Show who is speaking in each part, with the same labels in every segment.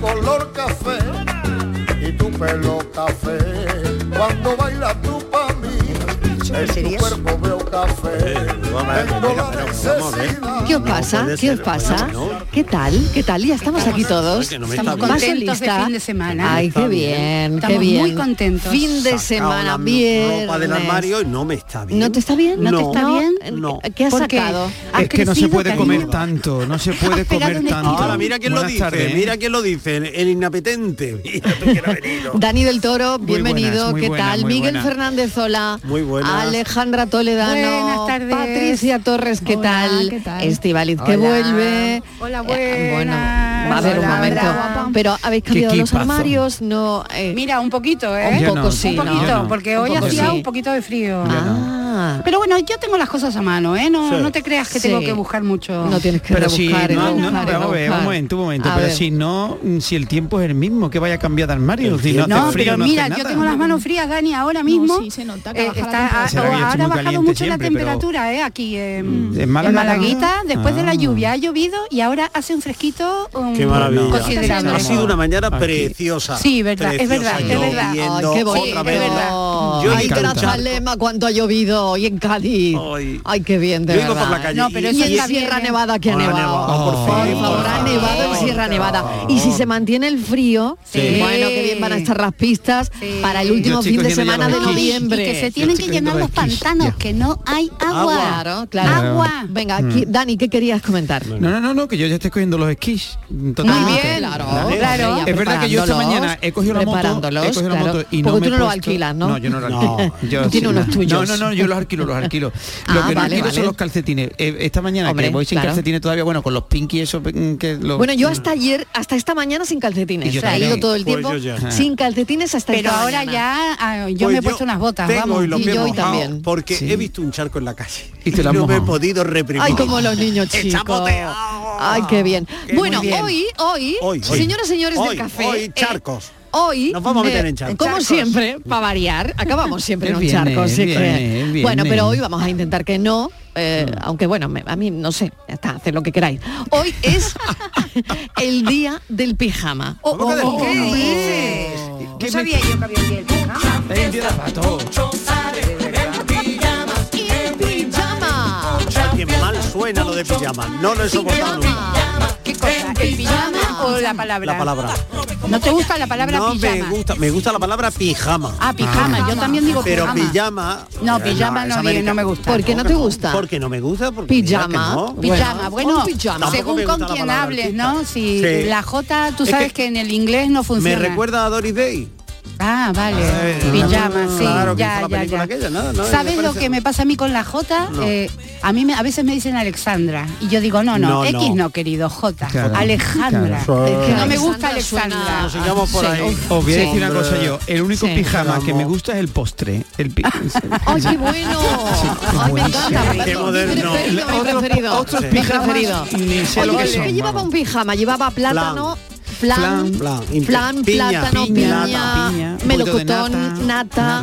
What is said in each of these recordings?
Speaker 1: color café y tu pelo café. Cuando bailas tú pa' mí, en tu cuerpo veo café. Tengo la necesidad.
Speaker 2: ¿Qué os pasa? ¿Qué os pasa? ¿Qué tal? ¿Qué tal? Ya estamos aquí todos.
Speaker 3: Oye, no me
Speaker 2: Estamos
Speaker 3: está
Speaker 2: más
Speaker 3: bien.
Speaker 2: solistas.
Speaker 3: Contentos de fin de semana.
Speaker 2: Ay, qué
Speaker 3: Está
Speaker 2: bien,
Speaker 3: bien.
Speaker 2: qué
Speaker 3: Estamos
Speaker 2: bien.
Speaker 3: muy contentos.
Speaker 2: Fin de
Speaker 3: Sacao
Speaker 2: semana,
Speaker 3: la
Speaker 2: bien.
Speaker 3: ropa del armario y no me está bien.
Speaker 2: ¿No te está bien? ¿No, te
Speaker 3: No,
Speaker 2: está bien?
Speaker 3: no.
Speaker 2: ¿Qué has
Speaker 3: ¿Por qué?
Speaker 2: sacado? Ah,
Speaker 4: Es que no se puede comer tanto, no se puede comer tanto.
Speaker 3: Ahora mira quién lo
Speaker 4: Buenas
Speaker 3: dice,
Speaker 4: tardes.
Speaker 3: mira quién lo dice, el, el inapetente. Mira tú quién ha venido.
Speaker 2: Dani del Toro, bienvenido.
Speaker 3: buenas, muy
Speaker 2: ¿Qué
Speaker 3: buenas,
Speaker 2: tal?
Speaker 3: muy
Speaker 2: Miguel
Speaker 3: buenas.
Speaker 2: Fernández Zola.
Speaker 3: Muy buenas.
Speaker 2: Alejandra Toledano.
Speaker 3: Buenas tardes.
Speaker 2: Patricia Torres, ¿qué tal? Estivaliz que
Speaker 3: Hola.
Speaker 2: vuelve.
Speaker 3: Hola,
Speaker 2: Eh, bueno, va a haber un
Speaker 3: Hola,
Speaker 2: momento.
Speaker 3: brava.
Speaker 2: Pero habéis
Speaker 3: Qué
Speaker 2: cambiado los
Speaker 3: equipazo.
Speaker 2: armarios, no. eh,
Speaker 3: Mira, un poquito, ¿eh?
Speaker 2: Un Yo poco no, sí,
Speaker 3: Un
Speaker 2: ¿no?
Speaker 3: poquito,
Speaker 2: yo no.
Speaker 3: porque
Speaker 2: Un
Speaker 3: hoy
Speaker 2: poco
Speaker 3: hacía
Speaker 2: sí.
Speaker 3: un poquito de frío.
Speaker 2: Ah.
Speaker 3: Pero bueno, yo tengo las cosas a mano, ¿eh? No,
Speaker 4: Sí.
Speaker 3: no te creas que
Speaker 4: Sí.
Speaker 3: tengo que buscar mucho.
Speaker 2: No tienes
Speaker 4: Pero si
Speaker 2: rebuscar,
Speaker 4: no, no,
Speaker 2: rebuscar,
Speaker 4: vamos a ver,
Speaker 2: rebuscar.
Speaker 4: un momento, un momento,
Speaker 2: A
Speaker 4: pero
Speaker 2: ver.
Speaker 4: si no, si el tiempo es el mismo, que vaya a cambiar de armario, si no hace
Speaker 3: no,
Speaker 4: frío,
Speaker 3: pero
Speaker 4: no hace
Speaker 3: mira, yo
Speaker 4: nada.
Speaker 3: tengo las manos frías, Dani, ahora mismo. sí, se nota está,
Speaker 4: Será que yo
Speaker 3: ahora
Speaker 4: estoy
Speaker 3: ha
Speaker 4: muy
Speaker 3: bajado
Speaker 4: caliente
Speaker 3: mucho la
Speaker 4: siempre, pero- Mm,
Speaker 3: temperatura, ¿eh? Aquí eh, en,
Speaker 4: Málaga?
Speaker 3: Malaguita, después de la
Speaker 4: Ah.
Speaker 3: lluvia, ha llovido y ahora hace un fresquito um,
Speaker 4: Qué maravilla.
Speaker 3: considerable.
Speaker 4: Ha sido una
Speaker 3: mañana
Speaker 5: preciosa.
Speaker 3: Sí, verdad, es verdad, es verdad.
Speaker 2: Ay, qué bonito. Ay,
Speaker 3: Yo he
Speaker 2: en
Speaker 3: escuchado-
Speaker 2: Grazalema cuánto ha llovido hoy en Cádiz. Ay, qué bien, de
Speaker 3: Yo
Speaker 2: verdad. ¿eh?
Speaker 3: iba por la calle
Speaker 2: no,
Speaker 3: y-
Speaker 2: pero
Speaker 3: y
Speaker 2: y
Speaker 3: está
Speaker 2: en Sierra
Speaker 3: bien, ¿eh?
Speaker 2: Nevada que ha
Speaker 3: Ahora ha
Speaker 2: nevado.
Speaker 3: nevado, por
Speaker 6: Oh.
Speaker 3: favor, por
Speaker 2: favor, ha
Speaker 3: favor.
Speaker 2: nevado en Sierra Nevada. Y si se mantiene el frío, eh,
Speaker 3: Sí.
Speaker 2: bueno, qué bien van a estar las pistas para el
Speaker 3: Yo
Speaker 2: último
Speaker 3: estoy
Speaker 2: fin de
Speaker 3: cogiendo ya
Speaker 2: semana de
Speaker 3: los esquís.
Speaker 2: noviembre.
Speaker 3: Y que se tienen Yo estoy que llenar cogiendo los los esquís, pantanos,
Speaker 2: que no hay
Speaker 3: agua.
Speaker 2: Claro, claro.
Speaker 3: Agua.
Speaker 2: Venga, aquí, Dani, ¿qué querías comentar?
Speaker 4: No, no, no, no, que yo ya estoy cogiendo los esquís.
Speaker 2: Muy bien, Ah, claro, claro.
Speaker 4: Es verdad que yo esta
Speaker 2: Preparándolos,
Speaker 4: mañana he cogido la moto,
Speaker 2: preparándolos,
Speaker 4: he cogido la moto
Speaker 2: claro.
Speaker 4: y no
Speaker 2: Porque
Speaker 4: me
Speaker 2: tú no
Speaker 4: he
Speaker 2: los
Speaker 4: puesto-
Speaker 2: alquilas, ¿no?
Speaker 4: No, yo no los alquilo. Yo
Speaker 2: Tú tienes
Speaker 4: sí,
Speaker 2: unos
Speaker 4: no.
Speaker 2: tuyos.
Speaker 4: No, no, no, yo los alquilo, los alquilo. Lo
Speaker 2: Ah,
Speaker 4: que
Speaker 2: vale,
Speaker 4: no alquilo
Speaker 2: vale.
Speaker 4: son los calcetines. Eh, esta mañana
Speaker 2: Hombre,
Speaker 4: que voy sin
Speaker 2: claro.
Speaker 4: calcetines todavía, bueno, con los pinky eso mm, que lo-
Speaker 2: Bueno, yo hasta ayer, hasta esta mañana sin calcetines.
Speaker 4: Y
Speaker 2: O
Speaker 4: yo
Speaker 2: sea, he
Speaker 4: también.
Speaker 2: ido todo el
Speaker 4: Pues
Speaker 2: tiempo
Speaker 4: yo ya.
Speaker 2: sin calcetines hasta
Speaker 3: Pero
Speaker 2: esta
Speaker 3: ahora
Speaker 2: mañana.
Speaker 3: ya ah, yo
Speaker 2: Pues
Speaker 3: me he
Speaker 2: yo
Speaker 3: puesto unas botas,
Speaker 2: tengo
Speaker 3: vamos.
Speaker 2: y los pies
Speaker 3: yo hoy
Speaker 2: mojados.
Speaker 3: también.
Speaker 5: Porque he visto un charco en la calle. Y
Speaker 4: te lo has
Speaker 5: no me he
Speaker 4: mojado.
Speaker 5: podido reprimir.
Speaker 2: Ay, como los niños
Speaker 5: He
Speaker 2: chicos.
Speaker 5: chapoteado.
Speaker 2: Ay, qué bien.
Speaker 5: Qué
Speaker 2: bueno,
Speaker 5: muy bien.
Speaker 2: hoy, hoy,
Speaker 5: Hoy, hoy.
Speaker 2: señoras y señores
Speaker 5: Hoy,
Speaker 2: del café.
Speaker 5: hoy,
Speaker 2: eh,
Speaker 5: charcos.
Speaker 2: Hoy,
Speaker 5: Nos vamos a meter en charcos.
Speaker 2: Como
Speaker 5: Charcos.
Speaker 2: siempre, para variar, acabamos siempre en
Speaker 5: Es
Speaker 2: un
Speaker 5: viernes,
Speaker 2: charco. así
Speaker 5: es
Speaker 2: que-
Speaker 5: viernes, es viernes.
Speaker 2: Bueno, pero hoy vamos a intentar que no, eh,
Speaker 5: Mm.
Speaker 2: aunque bueno, me- a mí no sé, ya está, haced lo que queráis. Hoy es el día del pijama.
Speaker 7: ¿Cómo que del
Speaker 2: Oh,
Speaker 7: pijama?
Speaker 2: oh, oh.
Speaker 7: ¿Qué No sabía yo que había el pijama.
Speaker 4: El día del pato.
Speaker 7: En pijama.
Speaker 5: Ay, qué mal suena lo de pijama. No lo he soportado nunca.
Speaker 3: ¿Qué cosa? ¿El pijama o la palabra?
Speaker 5: La palabra.
Speaker 3: ¿No te gusta la palabra
Speaker 5: no
Speaker 3: pijama?
Speaker 5: me gusta, me gusta la palabra pijama.
Speaker 3: Ah, pijama, yo también digo
Speaker 5: Pero
Speaker 3: pijama.
Speaker 5: pijama.
Speaker 3: No, pijama
Speaker 5: es
Speaker 3: no, viene,
Speaker 5: americano.
Speaker 3: no me gusta.
Speaker 2: ¿Por qué no te gusta?
Speaker 5: Porque no me gusta, porque
Speaker 2: Pijama,
Speaker 3: Pijama, bueno,
Speaker 5: Tampoco me
Speaker 3: según
Speaker 5: gusta
Speaker 3: con
Speaker 5: la
Speaker 3: quien
Speaker 5: palabra
Speaker 3: hables,
Speaker 5: artista.
Speaker 3: ¿no? Si
Speaker 5: Sí.
Speaker 3: la J, tú
Speaker 5: Es
Speaker 3: sabes
Speaker 5: que
Speaker 3: que, en el inglés no
Speaker 5: me
Speaker 3: funciona.
Speaker 5: recuerda a Doris Day.
Speaker 3: Ah, vale.
Speaker 5: Eh,
Speaker 3: Pijama, sí.
Speaker 5: Claro, que hizo
Speaker 3: ya,
Speaker 5: la
Speaker 3: ya,
Speaker 5: película
Speaker 3: ya.
Speaker 5: aquella, ¿no? No,
Speaker 3: ¿Sabes
Speaker 5: me
Speaker 3: lo
Speaker 5: parece-
Speaker 3: que me pasa a mí con la J?
Speaker 5: No.
Speaker 3: Eh, a mí me- a veces me dicen Alexandra y yo digo, no, no,
Speaker 5: No,
Speaker 3: X
Speaker 5: no.
Speaker 3: no, querido, J.
Speaker 4: Claro.
Speaker 3: Alejandra.
Speaker 4: Claro.
Speaker 3: Es que no me
Speaker 4: Alexandra
Speaker 3: gusta Alexandra.
Speaker 5: Nos sigamos por
Speaker 3: Sí.
Speaker 5: ahí.
Speaker 4: Os voy a decir una
Speaker 5: Hombre.
Speaker 4: cosa yo. El único
Speaker 5: Sí.
Speaker 4: pijama que me gusta es el postre. El pi-
Speaker 2: Ah. ¡Ay, qué bueno! ¡Ay, me encanta!
Speaker 4: Qué moderno.
Speaker 2: Mi preferido, mi
Speaker 4: Otros-
Speaker 2: preferido.
Speaker 4: otros
Speaker 2: Mi
Speaker 4: pijamas
Speaker 2: preferido.
Speaker 4: ni sé lo
Speaker 2: Oye,
Speaker 4: que
Speaker 2: ¿qué
Speaker 4: son,
Speaker 2: llevaba
Speaker 4: vamos.
Speaker 2: un pijama? Llevaba plátano, flan,
Speaker 5: plan,
Speaker 2: flan, plátano,
Speaker 5: piña, piña,
Speaker 2: piña,
Speaker 5: plátano, piña, un poquito de
Speaker 2: melocotón, nata,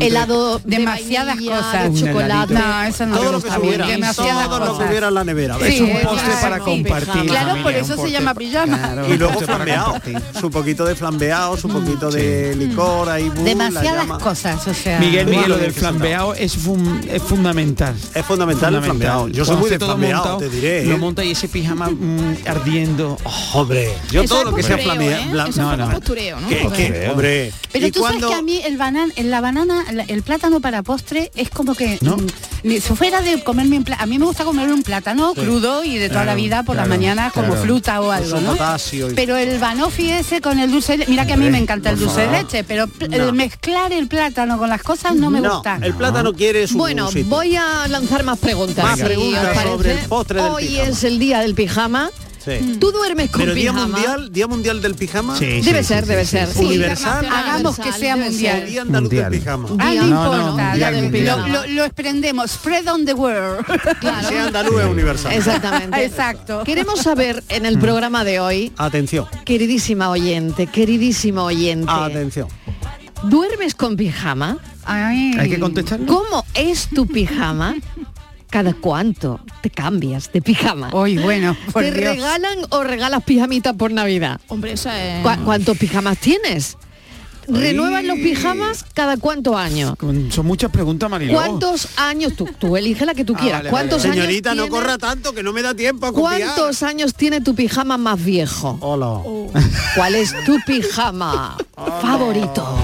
Speaker 2: helado de
Speaker 3: Demasiadas
Speaker 2: vainilla,
Speaker 3: cosas.
Speaker 2: de chocolate.
Speaker 3: No, eso no
Speaker 5: Todo
Speaker 3: me
Speaker 5: lo que
Speaker 3: gusta.
Speaker 5: subiera.
Speaker 3: porque Demasiadas
Speaker 5: Todo lo que
Speaker 3: cosas.
Speaker 5: hubiera en la nevera.
Speaker 3: Sí,
Speaker 5: Es un
Speaker 3: es
Speaker 5: postre
Speaker 3: verdad,
Speaker 5: para
Speaker 3: sí.
Speaker 5: compartir.
Speaker 3: Claro, por eso se llama pijama.
Speaker 5: y luego flambeado, su poquito de flambeado, su poquito de licor ahí. bum, la
Speaker 3: Mm. Demasiadas
Speaker 5: llama.
Speaker 3: cosas, o sea.
Speaker 4: Miguel, Miguel, lo
Speaker 5: Bueno,
Speaker 4: del
Speaker 5: que se trata.
Speaker 4: flambeado es, fun- es fundamental.
Speaker 5: Es fundamental el flambeado. Yo soy
Speaker 4: Cuando
Speaker 5: muy de
Speaker 4: esté todo
Speaker 5: flambeado,
Speaker 4: montado,
Speaker 5: te diré.
Speaker 4: Lo
Speaker 5: ¿eh?
Speaker 4: monta y ese pijama mm, ardiendo. Oh,
Speaker 5: hombre, yo todo lo que sea
Speaker 2: ¿eh?
Speaker 5: flambeado. bla-
Speaker 4: No, no.
Speaker 2: Postureo, ¿no?
Speaker 5: ¿Qué, qué? hombre.
Speaker 3: Pero
Speaker 5: ¿Y
Speaker 3: tú
Speaker 5: cuándo-
Speaker 3: sabes que a mí el banan, en la banana, la- el plátano para postre es como que mm, ni- si fuera de comerme un pla- a mí me gusta comer un plátano crudo y de toda la
Speaker 5: Claro,
Speaker 3: vida por las
Speaker 5: claro,
Speaker 3: mañanas como
Speaker 5: claro.
Speaker 3: fruta o algo,
Speaker 5: Son
Speaker 3: ¿no?
Speaker 5: potasio y-
Speaker 3: Pero el banoffee ese con el dulce, de le- mira que a mí me encanta el
Speaker 5: por
Speaker 3: dulce de
Speaker 5: favor.
Speaker 3: leche, pero pl-
Speaker 5: No.
Speaker 3: el mezclar el plátano con las cosas no me
Speaker 5: No,
Speaker 3: gusta.
Speaker 5: el plátano quiere su
Speaker 2: Ah. Bueno,
Speaker 5: sitio.
Speaker 2: voy a lanzar más preguntas.
Speaker 5: Más
Speaker 2: si
Speaker 5: preguntas
Speaker 2: os parece.
Speaker 5: sobre el postre del
Speaker 2: Hoy
Speaker 5: pijama.
Speaker 2: es el día del pijama.
Speaker 5: Sí.
Speaker 2: Tú duermes con
Speaker 5: Pero día
Speaker 2: pijama.
Speaker 5: mundial, día mundial del pijama.
Speaker 2: Debe ser, debe ser. sí.
Speaker 5: Universal.
Speaker 3: Hagamos que sea
Speaker 2: debe ser.
Speaker 3: mundial.
Speaker 5: Día andaluz del pijama.
Speaker 3: Ah, no,
Speaker 2: Mundial. No, no,
Speaker 3: importa.
Speaker 2: mundial,
Speaker 3: lo-
Speaker 2: mundial.
Speaker 3: lo, lo- lo exprendemos. Spread on the world.
Speaker 2: Claro.
Speaker 5: Sea andaluz es universal.
Speaker 2: Exactamente.
Speaker 3: Exacto.
Speaker 2: Queremos saber en el programa de hoy,
Speaker 5: Atención,
Speaker 2: queridísima oyente, queridísimo oyente,
Speaker 5: atención.
Speaker 2: ¿duermes con pijama?
Speaker 3: Ay.
Speaker 4: Hay que contestar.
Speaker 2: ¿Cómo es tu pijama? ¿Cada cuánto te cambias de pijama?
Speaker 3: Hoy, bueno, por
Speaker 2: ¿Te
Speaker 3: Dios.
Speaker 2: regalan o regalas pijamitas por Navidad?
Speaker 8: Hombre, eso
Speaker 3: Eh.
Speaker 9: eh,
Speaker 8: es...
Speaker 2: ¿Cu- ¿Cuántos pijamas tienes? ¿Renuevas los pijamas cada cuántos años?
Speaker 4: Son muchas preguntas, Mariló. Ah,
Speaker 2: ¿Cuántos años? Tú, tú elige la que tú quieras.
Speaker 4: vale,
Speaker 2: ¿Cuántos años
Speaker 5: Señorita, no
Speaker 2: tiene-
Speaker 5: corra tanto que no me da tiempo a copiar.
Speaker 2: ¿Cuántos años tiene tu pijama más viejo? Oh.
Speaker 5: Hola.
Speaker 2: ¿Cuál es tu pijama favorito?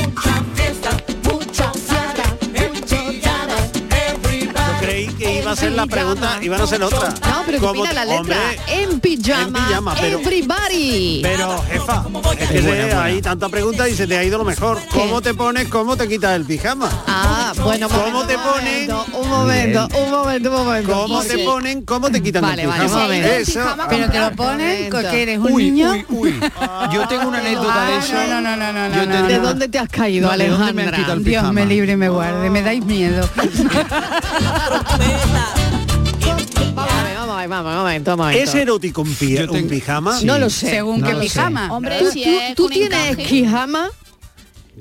Speaker 7: Mucha fiesta, mucha fiesta, enchiladas,
Speaker 5: Yo
Speaker 7: everybody.
Speaker 5: creí que iba a ser la pregunta, iban a ser otra.
Speaker 2: No, pero que
Speaker 5: Como-
Speaker 2: opina la letra.
Speaker 5: Hombre, eh,
Speaker 2: en pijama,
Speaker 5: en pijama, pero-
Speaker 2: everybody.
Speaker 5: pero jefa, es que
Speaker 4: buena,
Speaker 5: te-
Speaker 4: buena.
Speaker 5: hay tanta pregunta y se te ha ido lo mejor. ¿Cómo te pones? ¿Cómo te quitas el pijama?
Speaker 2: Ah, bueno, un
Speaker 5: ¿Cómo
Speaker 2: momento,
Speaker 5: te
Speaker 2: un
Speaker 5: ponen?
Speaker 2: momento, Un momento, un momento, un momento.
Speaker 5: ¿Cómo te
Speaker 2: Porque-
Speaker 5: ponen? ¿Cómo te quitan
Speaker 2: Vale,
Speaker 5: el
Speaker 2: vale,
Speaker 5: pijama?
Speaker 2: un momento.
Speaker 5: Eso.
Speaker 3: Pero te lo ponen,
Speaker 2: Momento.
Speaker 3: que eres un
Speaker 4: Uy,
Speaker 3: niño.
Speaker 4: uy, uy. Yo tengo una anécdota de
Speaker 3: Ah,
Speaker 4: eso.
Speaker 3: no, no, no, no, no,
Speaker 4: Yo
Speaker 3: no,
Speaker 2: ¿De
Speaker 4: tengo-
Speaker 2: dónde te has caído,
Speaker 4: Vale, ¿dónde me han
Speaker 2: Alejandra?
Speaker 4: quitado el
Speaker 3: Dios me
Speaker 4: pijama?
Speaker 3: libre y me guarde, me dais miedo.
Speaker 2: Vamos a ver, vamos a ver, vamos a ver, un momento, un momento.
Speaker 5: ¿Es erótico un, pi-
Speaker 4: Yo
Speaker 5: un
Speaker 4: tengo-
Speaker 5: pijama?
Speaker 2: No lo sé.
Speaker 3: Según
Speaker 4: No
Speaker 3: qué
Speaker 4: lo sé.
Speaker 3: pijama.
Speaker 8: Hombre,
Speaker 2: ¿Tú,
Speaker 8: si
Speaker 2: tú-
Speaker 8: es
Speaker 2: tú
Speaker 8: con
Speaker 2: tienes
Speaker 8: encaje.
Speaker 2: esquijama?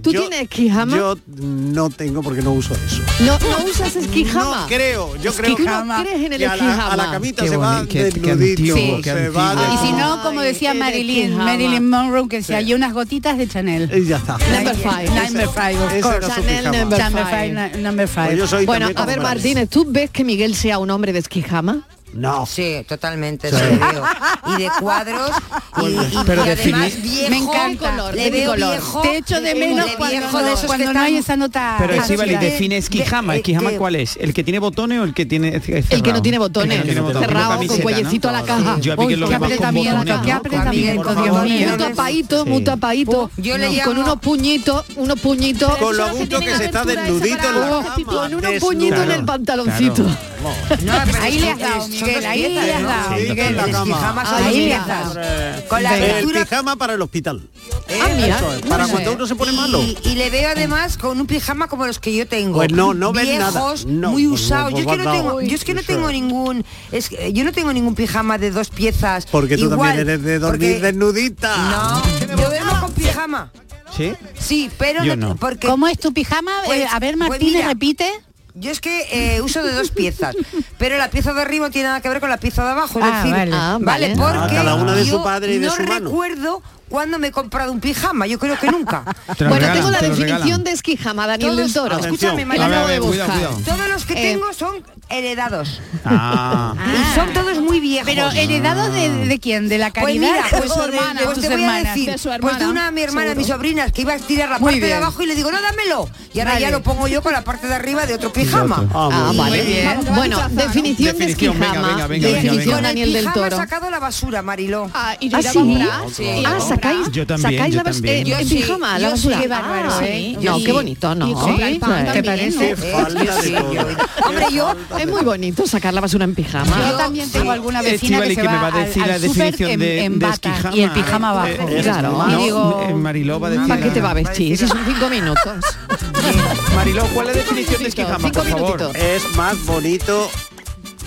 Speaker 2: ¿Tú
Speaker 5: Yo-
Speaker 2: tienes esquijama?
Speaker 5: Yo no tengo porque no uso eso.
Speaker 2: no, no usas esquijama.
Speaker 5: No creo, yo creo
Speaker 2: ¿Tú
Speaker 5: que
Speaker 2: no
Speaker 3: Esquijama.
Speaker 2: crees en el
Speaker 5: que a la,
Speaker 2: esquijama?
Speaker 5: a la camita
Speaker 4: Qué
Speaker 5: se va
Speaker 4: bonito, qué- qué
Speaker 5: desnudito,
Speaker 4: antiguo, qué
Speaker 5: se va
Speaker 4: antiguo.
Speaker 3: Y si
Speaker 5: desnudito.
Speaker 3: no, como
Speaker 2: Ay,
Speaker 3: decía
Speaker 2: qué de
Speaker 3: Marilyn,
Speaker 2: pijama.
Speaker 3: Marilyn Monroe, que decía, hay unas gotitas de Chanel.
Speaker 5: Y ya está.
Speaker 2: Number five.
Speaker 3: Number five, of
Speaker 5: Ese
Speaker 3: course.
Speaker 5: era su
Speaker 2: Chanel
Speaker 5: pijama.
Speaker 2: number
Speaker 3: Number
Speaker 2: five.
Speaker 3: five, na- number
Speaker 5: Pues
Speaker 3: five.
Speaker 5: yo soy
Speaker 2: Bueno,
Speaker 5: también
Speaker 2: a ver,
Speaker 5: como Maris.
Speaker 2: Martínez, ¿tú ves que Miguel sea un hombre de esquijama?
Speaker 5: No.
Speaker 10: Sí, totalmente. se lo veo. Y de cuadros. y, y-
Speaker 4: Pero
Speaker 10: y además
Speaker 4: definir-
Speaker 10: viejo.
Speaker 2: Me encanta.
Speaker 10: Le veo
Speaker 2: Color.
Speaker 10: viejo.
Speaker 3: Te echo de
Speaker 10: de
Speaker 3: menos
Speaker 10: viejo
Speaker 3: cuando,
Speaker 10: de
Speaker 3: no,
Speaker 10: esos
Speaker 3: cuando
Speaker 10: que
Speaker 3: no hay
Speaker 10: están-
Speaker 3: esa nota.
Speaker 4: Pero
Speaker 3: ácida.
Speaker 4: es Estivali,
Speaker 10: de-
Speaker 4: define esquijama.
Speaker 10: de-
Speaker 4: ¿Esquijama
Speaker 10: de-
Speaker 4: cuál es? ¿El que tiene botones o el que tiene es- es
Speaker 2: El que no
Speaker 4: cerrado?
Speaker 2: tiene botones,
Speaker 4: El que no tiene botones.
Speaker 2: cerrado,
Speaker 4: Tipo
Speaker 2: con
Speaker 4: camiseta,
Speaker 2: cuellecito
Speaker 4: ¿no?
Speaker 2: a la caja.
Speaker 4: Yo a
Speaker 2: Uy,
Speaker 4: Miguel lo
Speaker 3: qué
Speaker 4: veo más con
Speaker 3: apretamiento,
Speaker 4: botones,
Speaker 3: qué
Speaker 4: ¿no?
Speaker 3: apretamiento,
Speaker 4: Por
Speaker 3: Dios
Speaker 4: favor.
Speaker 3: mío.
Speaker 2: Muy tapadito, muy
Speaker 4: Sí.
Speaker 2: tapadito.
Speaker 10: Yo le
Speaker 2: Con
Speaker 10: llamo-
Speaker 2: unos puñitos, unos puñitos.
Speaker 5: Con lo
Speaker 8: Esos
Speaker 5: a
Speaker 8: que
Speaker 5: gusto
Speaker 8: tienen
Speaker 5: que se está
Speaker 8: abertura esa
Speaker 5: desnudito en
Speaker 8: para-
Speaker 5: la
Speaker 8: Oh,
Speaker 5: cama.
Speaker 2: Con unos
Speaker 5: desnudo.
Speaker 2: puñitos en el
Speaker 4: Claro,
Speaker 2: pantaloncito.
Speaker 3: Ahí le has dado,
Speaker 10: Son
Speaker 3: Miguel,
Speaker 10: dos
Speaker 3: ahí
Speaker 10: piezas,
Speaker 3: le has
Speaker 10: ¿no?
Speaker 3: dado,
Speaker 5: Sí,
Speaker 3: Miguel.
Speaker 5: la
Speaker 10: El
Speaker 5: cama.
Speaker 10: esquijama son dos
Speaker 3: Ahí le has
Speaker 10: piezas.
Speaker 3: dado.
Speaker 10: Con la
Speaker 5: El
Speaker 10: abertura
Speaker 5: pijama para el hospital.
Speaker 2: Ah, mira,
Speaker 5: Eso es,
Speaker 2: no
Speaker 5: para
Speaker 2: sé.
Speaker 5: cuando uno se pone malo.
Speaker 10: Y, y le veo además con un pijama como los que yo tengo.
Speaker 5: Pues no, no ves
Speaker 10: Viejos,
Speaker 5: nada. No,
Speaker 10: muy
Speaker 5: pues no,
Speaker 10: usados.
Speaker 5: pues
Speaker 10: yo es que no
Speaker 5: guardado.
Speaker 10: tengo, yo es que no tengo ningún, es que yo no tengo ningún pijama de dos piezas.
Speaker 5: Porque tú
Speaker 10: igual,
Speaker 5: también eres de dormir
Speaker 10: porque-
Speaker 5: desnudita.
Speaker 10: No, yo duermo con pijama.
Speaker 4: ¿Sí?
Speaker 10: Sí, pero
Speaker 4: Yo no.
Speaker 10: porque
Speaker 3: ¿Cómo es tu pijama?
Speaker 10: Pues-
Speaker 3: Eh, a ver,
Speaker 10: pues
Speaker 3: Martínez,
Speaker 10: mira.
Speaker 3: repite.
Speaker 10: yo es que eh, uso de dos piezas, pero la pieza de arriba no tiene nada que ver con la pieza de abajo, es
Speaker 3: Ah,
Speaker 10: decir,
Speaker 3: vale.
Speaker 2: Ah, vale.
Speaker 10: porque
Speaker 5: Ah, cada una de su
Speaker 10: yo
Speaker 5: padre y de
Speaker 10: no
Speaker 5: su mano.
Speaker 10: recuerdo cuándo me he comprado un pijama, yo creo que nunca.
Speaker 4: Te lo
Speaker 2: Bueno,
Speaker 4: regalan,
Speaker 2: tengo la
Speaker 4: te lo
Speaker 2: definición
Speaker 4: regalan.
Speaker 2: de esquijama, Daniel
Speaker 10: Todos-
Speaker 2: del Toro.
Speaker 5: Atención.
Speaker 10: Escúchame,
Speaker 2: Que la
Speaker 10: María,
Speaker 4: A ver,
Speaker 2: acabo de
Speaker 4: cuidado,
Speaker 2: buscar.
Speaker 4: cuidado.
Speaker 10: todos los que
Speaker 2: Eh,
Speaker 10: tengo son heredados
Speaker 4: Ah.
Speaker 10: y son todos muy viejos.
Speaker 3: Pero heredado de, de quién? De la
Speaker 10: Pues
Speaker 3: caridad
Speaker 10: mira,
Speaker 3: o
Speaker 10: pues,
Speaker 3: de-
Speaker 10: de-
Speaker 3: de
Speaker 10: pues
Speaker 3: tus
Speaker 10: te voy a
Speaker 3: hermanas.
Speaker 10: decir,
Speaker 8: De su
Speaker 10: pues de
Speaker 8: hermana,
Speaker 10: una de mi hermana, de mis sobrinas, que iba a tirar la
Speaker 3: Muy
Speaker 10: parte de
Speaker 3: bien.
Speaker 10: abajo y le digo, no, dámelo. Y ahora
Speaker 3: Vale.
Speaker 10: ya lo pongo yo con la parte de arriba de otro pijama.
Speaker 2: Ah,
Speaker 5: muy
Speaker 2: vale.
Speaker 5: bien.
Speaker 8: bien.
Speaker 2: Bueno, definición, de
Speaker 4: Definición, venga,
Speaker 2: esquijama.
Speaker 4: venga, venga, venga,
Speaker 2: definición
Speaker 4: venga.
Speaker 2: Daniel del
Speaker 10: pijama
Speaker 2: Toro.
Speaker 10: he sacado la basura, Mariló.
Speaker 8: Ah, y yo
Speaker 2: ¿Ah,
Speaker 8: iré a
Speaker 2: sí?
Speaker 8: comprar. sí, iré a
Speaker 2: Ah, sacáis,
Speaker 4: Yo también,
Speaker 2: sacáis
Speaker 4: yo
Speaker 2: la bas-
Speaker 4: también.
Speaker 2: eh,
Speaker 10: Yo
Speaker 2: en
Speaker 10: sí,
Speaker 2: pijama, la
Speaker 10: yo
Speaker 2: basura.
Speaker 10: sí, qué
Speaker 8: bárbaro, ¿eh?
Speaker 2: No,
Speaker 8: Yo
Speaker 2: qué
Speaker 8: sí.
Speaker 2: bonito, ¿no?
Speaker 8: Y comprar el pan
Speaker 2: Sí.
Speaker 8: también,
Speaker 5: Qué
Speaker 8: ¿no?
Speaker 5: falta de todo.
Speaker 10: Hombre, yo
Speaker 2: Es muy bonito sacar la basura en pijama.
Speaker 3: Yo también tengo alguna vecina
Speaker 4: Estivali
Speaker 3: que,
Speaker 4: que,
Speaker 3: se
Speaker 4: me va a
Speaker 3: al-
Speaker 4: decir
Speaker 3: al
Speaker 4: la
Speaker 3: súper
Speaker 4: definición
Speaker 3: en,
Speaker 4: de,
Speaker 3: en
Speaker 4: de
Speaker 3: bata
Speaker 4: esquijama.
Speaker 3: y el pijama abajo.
Speaker 4: Eh,
Speaker 2: eres Claro.
Speaker 4: No,
Speaker 2: normal.
Speaker 3: Y digo,
Speaker 4: eh, Mariló va a decir...
Speaker 2: ¿Para qué te va a
Speaker 4: la-
Speaker 2: vestir? Si son cinco minutos.
Speaker 4: Mariló, ¿cuál es la definición de
Speaker 2: minutitos,
Speaker 4: esquijama,
Speaker 2: cinco
Speaker 4: por favor?
Speaker 2: minutitos.
Speaker 5: Es más bonito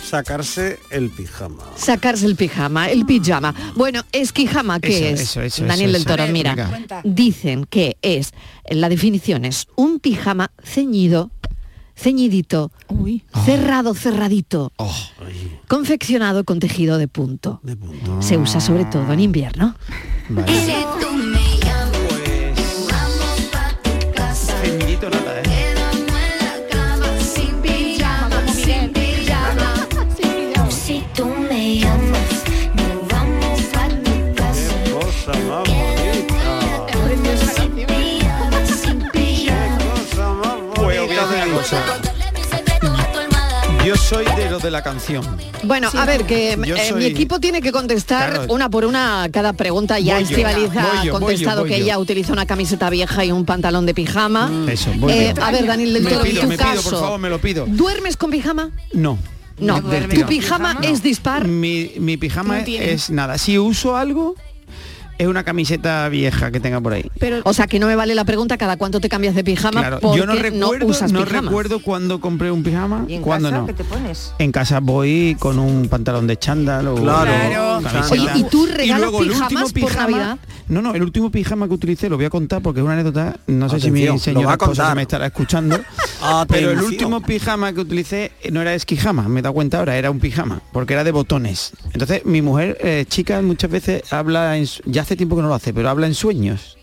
Speaker 5: sacarse el pijama.
Speaker 2: Sacarse el pijama, el pijama. Bueno, esquijama, ¿qué
Speaker 4: Eso,
Speaker 2: es?
Speaker 4: eso, eso,
Speaker 2: Daniel
Speaker 4: eso,
Speaker 2: del
Speaker 4: eso.
Speaker 2: Toro,
Speaker 4: A ver,
Speaker 2: mira.
Speaker 4: venga.
Speaker 3: Cuenta.
Speaker 2: Dicen que es, la definición es un pijama ceñido, ceñidito,
Speaker 8: Uy.
Speaker 2: cerrado, cerradito, confeccionado con tejido de punto.
Speaker 5: De punto.
Speaker 2: Se usa sobre todo en invierno.
Speaker 4: Vale. Ceñidito nada, ¿eh?
Speaker 11: Si tú me llamas, nos vamos pa' tu casa.
Speaker 5: Qué cosa más bonita.
Speaker 11: Sin pijama, sin pijama.
Speaker 5: Qué cosa más
Speaker 4: Pues, voy a
Speaker 5: bonita
Speaker 4: hacer
Speaker 5: de
Speaker 4: una cosa. Yo soy de los de la canción.
Speaker 2: Bueno, a ver, que
Speaker 4: Yo
Speaker 2: eh,
Speaker 4: soy-
Speaker 2: mi equipo tiene que contestar
Speaker 4: Claro.
Speaker 2: una por una cada pregunta. Ya
Speaker 4: Voy yo,
Speaker 2: Estivaliz
Speaker 4: voy
Speaker 2: ha
Speaker 4: yo, voy
Speaker 2: contestado
Speaker 4: yo, voy
Speaker 2: que
Speaker 4: yo. Mm.
Speaker 2: ella utiliza una camiseta vieja y un pantalón de pijama.
Speaker 4: Eso, voy
Speaker 2: Eh,
Speaker 4: yo.
Speaker 2: a ver, Daniel del
Speaker 4: Me
Speaker 2: Toro,
Speaker 4: pido,
Speaker 2: en tu
Speaker 4: me pido,
Speaker 2: caso,
Speaker 4: por favor, me lo pido.
Speaker 2: ¿duermes con pijama?
Speaker 4: No.
Speaker 2: No,
Speaker 4: Del
Speaker 2: ¿tu
Speaker 4: tirón.
Speaker 2: pijama es dispar?
Speaker 4: Mi, mi
Speaker 2: No
Speaker 4: pijama es,
Speaker 2: tiene.
Speaker 4: es nada. Si uso algo, es una camiseta vieja que tenga por ahí.
Speaker 2: o sea que no me vale la pregunta cada cuánto te cambias de pijama
Speaker 4: Claro,
Speaker 2: porque
Speaker 4: yo no recuerdo, no,
Speaker 2: usas pijama.
Speaker 4: recuerdo cuándo compré un pijama,
Speaker 2: ¿Y en
Speaker 4: cuándo
Speaker 2: casa
Speaker 4: no.
Speaker 2: qué te
Speaker 10: pones?
Speaker 4: En casa voy con un pantalón de chándal o
Speaker 5: Claro.
Speaker 4: con
Speaker 5: Claro.
Speaker 4: camiseta.
Speaker 5: Oye, ¿y tú
Speaker 2: regalas
Speaker 4: luego el último
Speaker 2: pijamas por Navidad?
Speaker 4: No, no, el último pijama que utilicé lo voy a contar porque es una anécdota, no sé si
Speaker 5: Atención,
Speaker 4: mi
Speaker 5: lo va
Speaker 4: señora
Speaker 5: a
Speaker 4: esposa
Speaker 5: contar.
Speaker 4: se me estará escuchando, pero el último pijama que utilicé eh, no era esquijama, me he dado cuenta ahora, era un pijama, porque era de botones. Entonces, mi mujer, eh, chica, muchas veces habla, en su- ya hace tiempo que no lo hace, pero habla en sueños.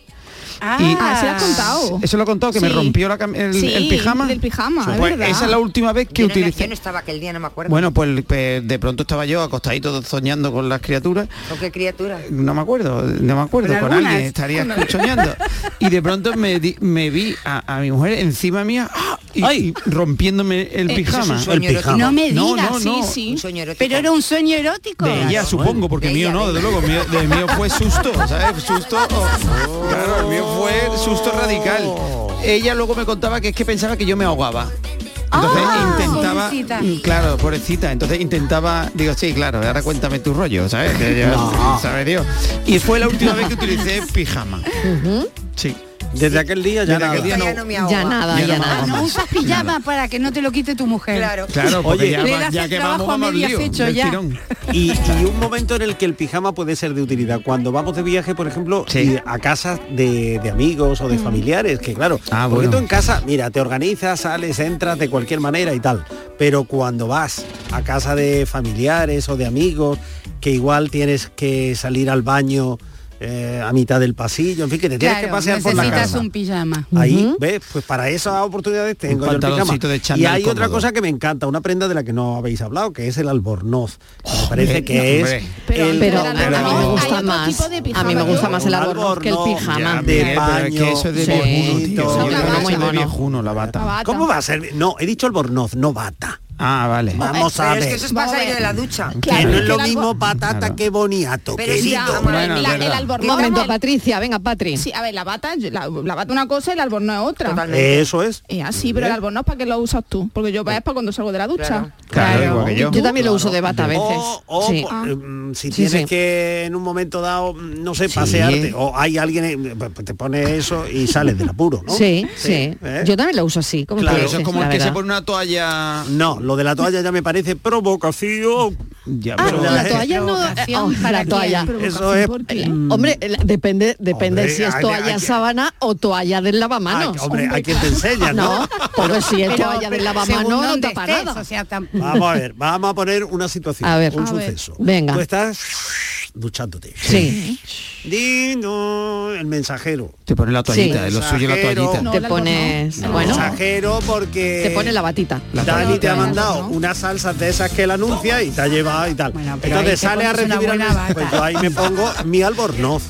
Speaker 4: Y-
Speaker 9: Ah, se lo has contado.
Speaker 4: Eso lo he contado, que me
Speaker 9: Sí.
Speaker 4: rompió la cam- el,
Speaker 9: Sí,
Speaker 4: el pijama.
Speaker 9: del pijama, es
Speaker 4: Pues
Speaker 9: verdad.
Speaker 4: esa es la última vez que
Speaker 10: Yo no-
Speaker 4: utilicé.
Speaker 10: Yo no estaba aquel día, no me acuerdo.
Speaker 4: Bueno, pues, pues, de pronto estaba yo acostadito soñando con las criaturas.
Speaker 10: ¿Con qué criatura?
Speaker 4: No me acuerdo, no me acuerdo,
Speaker 10: Con
Speaker 4: con,
Speaker 10: algunas.
Speaker 4: alguien estaría
Speaker 10: Con-
Speaker 4: soñando. Y de pronto me, di- me vi a, a mi mujer encima mía ¡ah! y, y rompiéndome el
Speaker 3: Eh,
Speaker 4: pijama.
Speaker 3: eso es un sueño El erótico. pijama. No me digas, sí, sí. Un sueño Pero era un sueño erótico.
Speaker 4: De ella supongo, porque mío no, desde luego, mío- de mío fue susto, ¿sabes? Susto, oh, claro, el mío fue susto radical. Ella luego me contaba que es que pensaba que yo me ahogaba. Entonces
Speaker 3: Ah,
Speaker 4: intentaba,
Speaker 3: pobrecita.
Speaker 4: mm, claro, pobrecita, entonces intentaba, digo, sí, claro, ahora cuéntame tu rollo, ¿sabes? Que ya-
Speaker 5: No.
Speaker 4: sabe Dios. Y fue la última vez que utilicé pijama. Sí.
Speaker 5: Desde aquel día ya
Speaker 4: Desde aquel
Speaker 5: nada.
Speaker 4: día no-
Speaker 5: Ya
Speaker 3: no me ahoga. Ya
Speaker 5: nada, ya nada.
Speaker 3: Ah, no usas pijama para que no te lo quite tu mujer. Claro.
Speaker 4: Claro, porque
Speaker 5: Oye,
Speaker 4: ya,
Speaker 3: le
Speaker 4: va-
Speaker 3: das
Speaker 4: ya
Speaker 3: el
Speaker 4: que
Speaker 3: trabajo
Speaker 4: vamos,
Speaker 3: a
Speaker 4: vamos al
Speaker 3: media
Speaker 4: lío,
Speaker 3: fecha
Speaker 4: del
Speaker 3: ya.
Speaker 4: tirón.
Speaker 5: Y, y un momento en el que el pijama puede ser de utilidad. Cuando vamos de viaje, por ejemplo, y a casas de, de amigos o
Speaker 3: Mm.
Speaker 5: de familiares, que claro, porque
Speaker 4: Ah, bueno.
Speaker 5: tú en casa, mira, te organizas, sales, entras de cualquier manera y tal. Pero cuando vas a casa de familiares o de amigos, que igual tienes que salir al baño eh, a mitad del pasillo, en fin, que te tienes
Speaker 3: Claro,
Speaker 5: que pasear por
Speaker 3: necesitas
Speaker 5: la casa.
Speaker 3: un pijama.
Speaker 5: Ahí, ¿ves? Pues para esas oportunidades tengo yo el pijama.
Speaker 4: pantaloncito de chándal
Speaker 5: Y hay otra
Speaker 4: cómodo.
Speaker 5: cosa que me encanta, una prenda de la que no habéis hablado, que es el albornoz. que me parece que
Speaker 4: no,
Speaker 5: es...
Speaker 4: hombre.
Speaker 2: Pero,
Speaker 5: el-
Speaker 2: pero a mí me gusta más. A mí me gusta más el
Speaker 5: Un
Speaker 2: albornoz que el
Speaker 5: albornoz
Speaker 2: pijama.
Speaker 5: de
Speaker 4: Miguel, pero es
Speaker 5: paño,
Speaker 4: que eso es de
Speaker 5: sí.
Speaker 4: viejuno, tío. Yo
Speaker 5: Eso
Speaker 4: creo que
Speaker 5: es
Speaker 4: eso es de
Speaker 5: mono.
Speaker 4: viejuno, la bata.
Speaker 5: ¿Cómo va a ser? No, he dicho albornoz, no bata.
Speaker 4: Ah, vale.
Speaker 5: Vamos a ver.
Speaker 10: Pero es que eso es pasadillo de la ducha.
Speaker 5: que no es lo mismo patata que boniato.
Speaker 10: Pero
Speaker 5: que
Speaker 10: sí,
Speaker 5: lindo.
Speaker 10: vamos a ver, Bueno, la-
Speaker 9: El albornoz.
Speaker 2: Momento,
Speaker 9: el-
Speaker 2: Patricia, venga, Patri.
Speaker 9: Sí, a ver, la bata, yo- la, la bata una cosa y el albornoz otra.
Speaker 5: Eso es.
Speaker 9: Es así, pero el albornoz para qué lo usas tú? Porque yo para es para cuando salgo de la ducha.
Speaker 5: Claro, igual que
Speaker 2: Yo también lo uso de bata a veces.
Speaker 5: O, o,
Speaker 2: Sí. Ah,
Speaker 5: por- mm, si
Speaker 2: Sí,
Speaker 5: tienes
Speaker 2: sí.
Speaker 5: que en un momento dado, mm, no sé, pasearte, o hay alguien, eh, pues, pues te pone eso y sales del apuro, ¿no?
Speaker 2: Sí, sí.
Speaker 5: ¿eh?
Speaker 2: Yo también lo uso así, como
Speaker 5: Claro,
Speaker 2: tú
Speaker 5: eso es
Speaker 2: dices,
Speaker 5: como
Speaker 2: la
Speaker 5: el que se
Speaker 2: verdad.
Speaker 5: pone
Speaker 4: una toalla.
Speaker 5: No, lo de la toalla ya me parece provocación.
Speaker 4: Ya,
Speaker 2: Ah, la toalla no
Speaker 9: Provocación,
Speaker 2: Ah,
Speaker 9: ¿para
Speaker 2: la
Speaker 9: qué?
Speaker 2: toalla.
Speaker 5: Eso es.
Speaker 4: eh, mm.
Speaker 2: Hombre, la- depende, depende
Speaker 5: Hombre,
Speaker 2: si es
Speaker 5: hay-
Speaker 2: toalla
Speaker 5: hay-
Speaker 2: sábana o toalla del lavamanos.
Speaker 5: Ay, hombre, hay quien te enseña, ¿no?
Speaker 2: porque si es
Speaker 3: Pero-
Speaker 2: toalla del
Speaker 3: pero
Speaker 2: lavamanos
Speaker 3: según
Speaker 2: no
Speaker 3: dónde
Speaker 2: tapa
Speaker 3: estés,
Speaker 2: nada.
Speaker 3: o sea, tam-
Speaker 5: Vamos a ver, vamos a poner una situación,
Speaker 2: A ver.
Speaker 5: un
Speaker 2: A ver.
Speaker 5: suceso.
Speaker 2: Venga.
Speaker 5: Tú estás duchándote.
Speaker 2: Sí.
Speaker 5: Dino, el mensajero.
Speaker 4: Te pone la toallita,
Speaker 5: Sí.
Speaker 4: lo suyo la
Speaker 5: Mensajero.
Speaker 4: toallita.
Speaker 5: No,
Speaker 2: Te
Speaker 5: el
Speaker 2: pones,
Speaker 5: algodón.
Speaker 2: bueno,
Speaker 5: Mensajero porque...
Speaker 2: te pone la batita.
Speaker 5: Dani te ha mandado unas salsas de esas que él anuncia y te ha llevado y tal.
Speaker 2: pero ahí te
Speaker 5: Entonces sale a
Speaker 2: pones una
Speaker 5: recibir al
Speaker 2: buena
Speaker 5: mensaje,
Speaker 2: bata.
Speaker 5: pues yo ahí me pongo mi albornoz.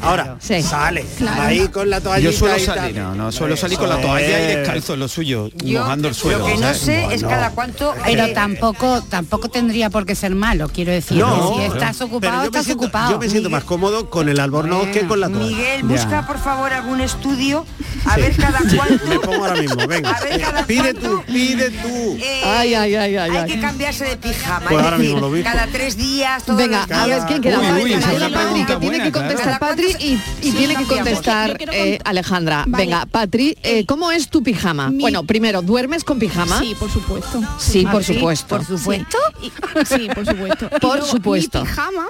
Speaker 5: Ahora, sale,
Speaker 2: Claro.
Speaker 5: ahí con la toallita
Speaker 4: Yo suelo
Speaker 5: y tal.
Speaker 4: salir, no, no, suelo
Speaker 5: Eso
Speaker 4: salir con la toalla y
Speaker 5: es.
Speaker 4: descalzo, lo suyo,
Speaker 10: Yo
Speaker 4: mojando el suelo.
Speaker 10: Lo que no
Speaker 4: ¿sabes?
Speaker 10: sé es
Speaker 4: Bueno.
Speaker 10: cada cuánto...
Speaker 3: Pero
Speaker 10: eh,
Speaker 3: tampoco tampoco tendría por qué ser malo, quiero decir.
Speaker 5: No,
Speaker 3: si estás
Speaker 5: pero
Speaker 3: ocupado,
Speaker 5: yo me
Speaker 3: estás
Speaker 5: siento-
Speaker 3: ocupado.
Speaker 5: Yo me siento más cómodo con el albornoz que con la toalla.
Speaker 10: Miguel, busca por favor algún estudio a ver cada cuánto...
Speaker 5: Me pongo ahora mismo, venga. Eh,
Speaker 10: A ver cada
Speaker 5: Pide
Speaker 10: cuánto-
Speaker 5: tú, pide tú.
Speaker 10: eh,
Speaker 2: Ay, ay, ay, ay,
Speaker 10: Hay
Speaker 2: ay.
Speaker 10: que cambiarse de pijama.
Speaker 5: Pues
Speaker 10: es
Speaker 5: ahora
Speaker 10: decir,
Speaker 5: mismo lo dijo.
Speaker 10: Cada tres días, todo
Speaker 2: Venga, a ver quién queda.
Speaker 4: Uy, uy, esa es
Speaker 2: Queda Patri,
Speaker 4: una
Speaker 2: que
Speaker 4: pregunta
Speaker 2: tiene que
Speaker 4: buena,
Speaker 2: contestar Patri y, y
Speaker 10: Sí,
Speaker 2: tiene que
Speaker 10: cambiamos.
Speaker 9: Yo
Speaker 2: contestar
Speaker 9: quiero
Speaker 2: eh, Alejandra.
Speaker 9: Vale.
Speaker 2: Venga, Patri, eh, ¿cómo es tu pijama?
Speaker 9: Mi-
Speaker 2: Bueno, primero, ¿duermes con pijama?
Speaker 9: Sí, por supuesto.
Speaker 2: Sí,
Speaker 9: Ah,
Speaker 2: por
Speaker 9: sí,
Speaker 2: supuesto.
Speaker 9: por supuesto. Sí, y- sí, por supuesto. Y
Speaker 2: Por
Speaker 9: luego,
Speaker 2: supuesto.
Speaker 9: Mi pijama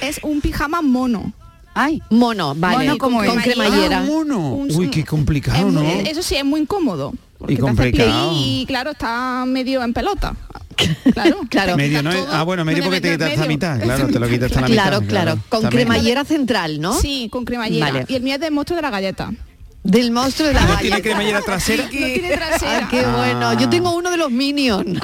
Speaker 9: es un pijama mono.
Speaker 3: Ay,
Speaker 2: Mono, vale.
Speaker 9: Mono como
Speaker 2: con
Speaker 9: es.
Speaker 2: cremallera.
Speaker 4: Ah, mono. Uy, qué complicado,
Speaker 9: Es
Speaker 4: ¿no?
Speaker 9: muy- Eso sí, es muy incómodo. porque te hace
Speaker 4: complicado.
Speaker 9: pie Y claro, está medio en pelota. Claro, claro.
Speaker 4: Medio, ¿no? Ah, bueno, medio porque te quitas la mitad, claro, te lo quitas hasta la mitad.
Speaker 2: Claro, claro. Con
Speaker 4: También.
Speaker 2: cremallera central, ¿no?
Speaker 9: Sí, con cremallera.
Speaker 2: Vale.
Speaker 9: Y el mío es de monstruo de la galleta.
Speaker 2: Del monstruo de la
Speaker 4: ¿No
Speaker 2: galleta.
Speaker 4: Ah, tiene cremallera trasera?
Speaker 9: No tiene trasera. Ah.
Speaker 2: Ah, qué
Speaker 4: Ah.
Speaker 2: bueno. Yo tengo uno de los Minions.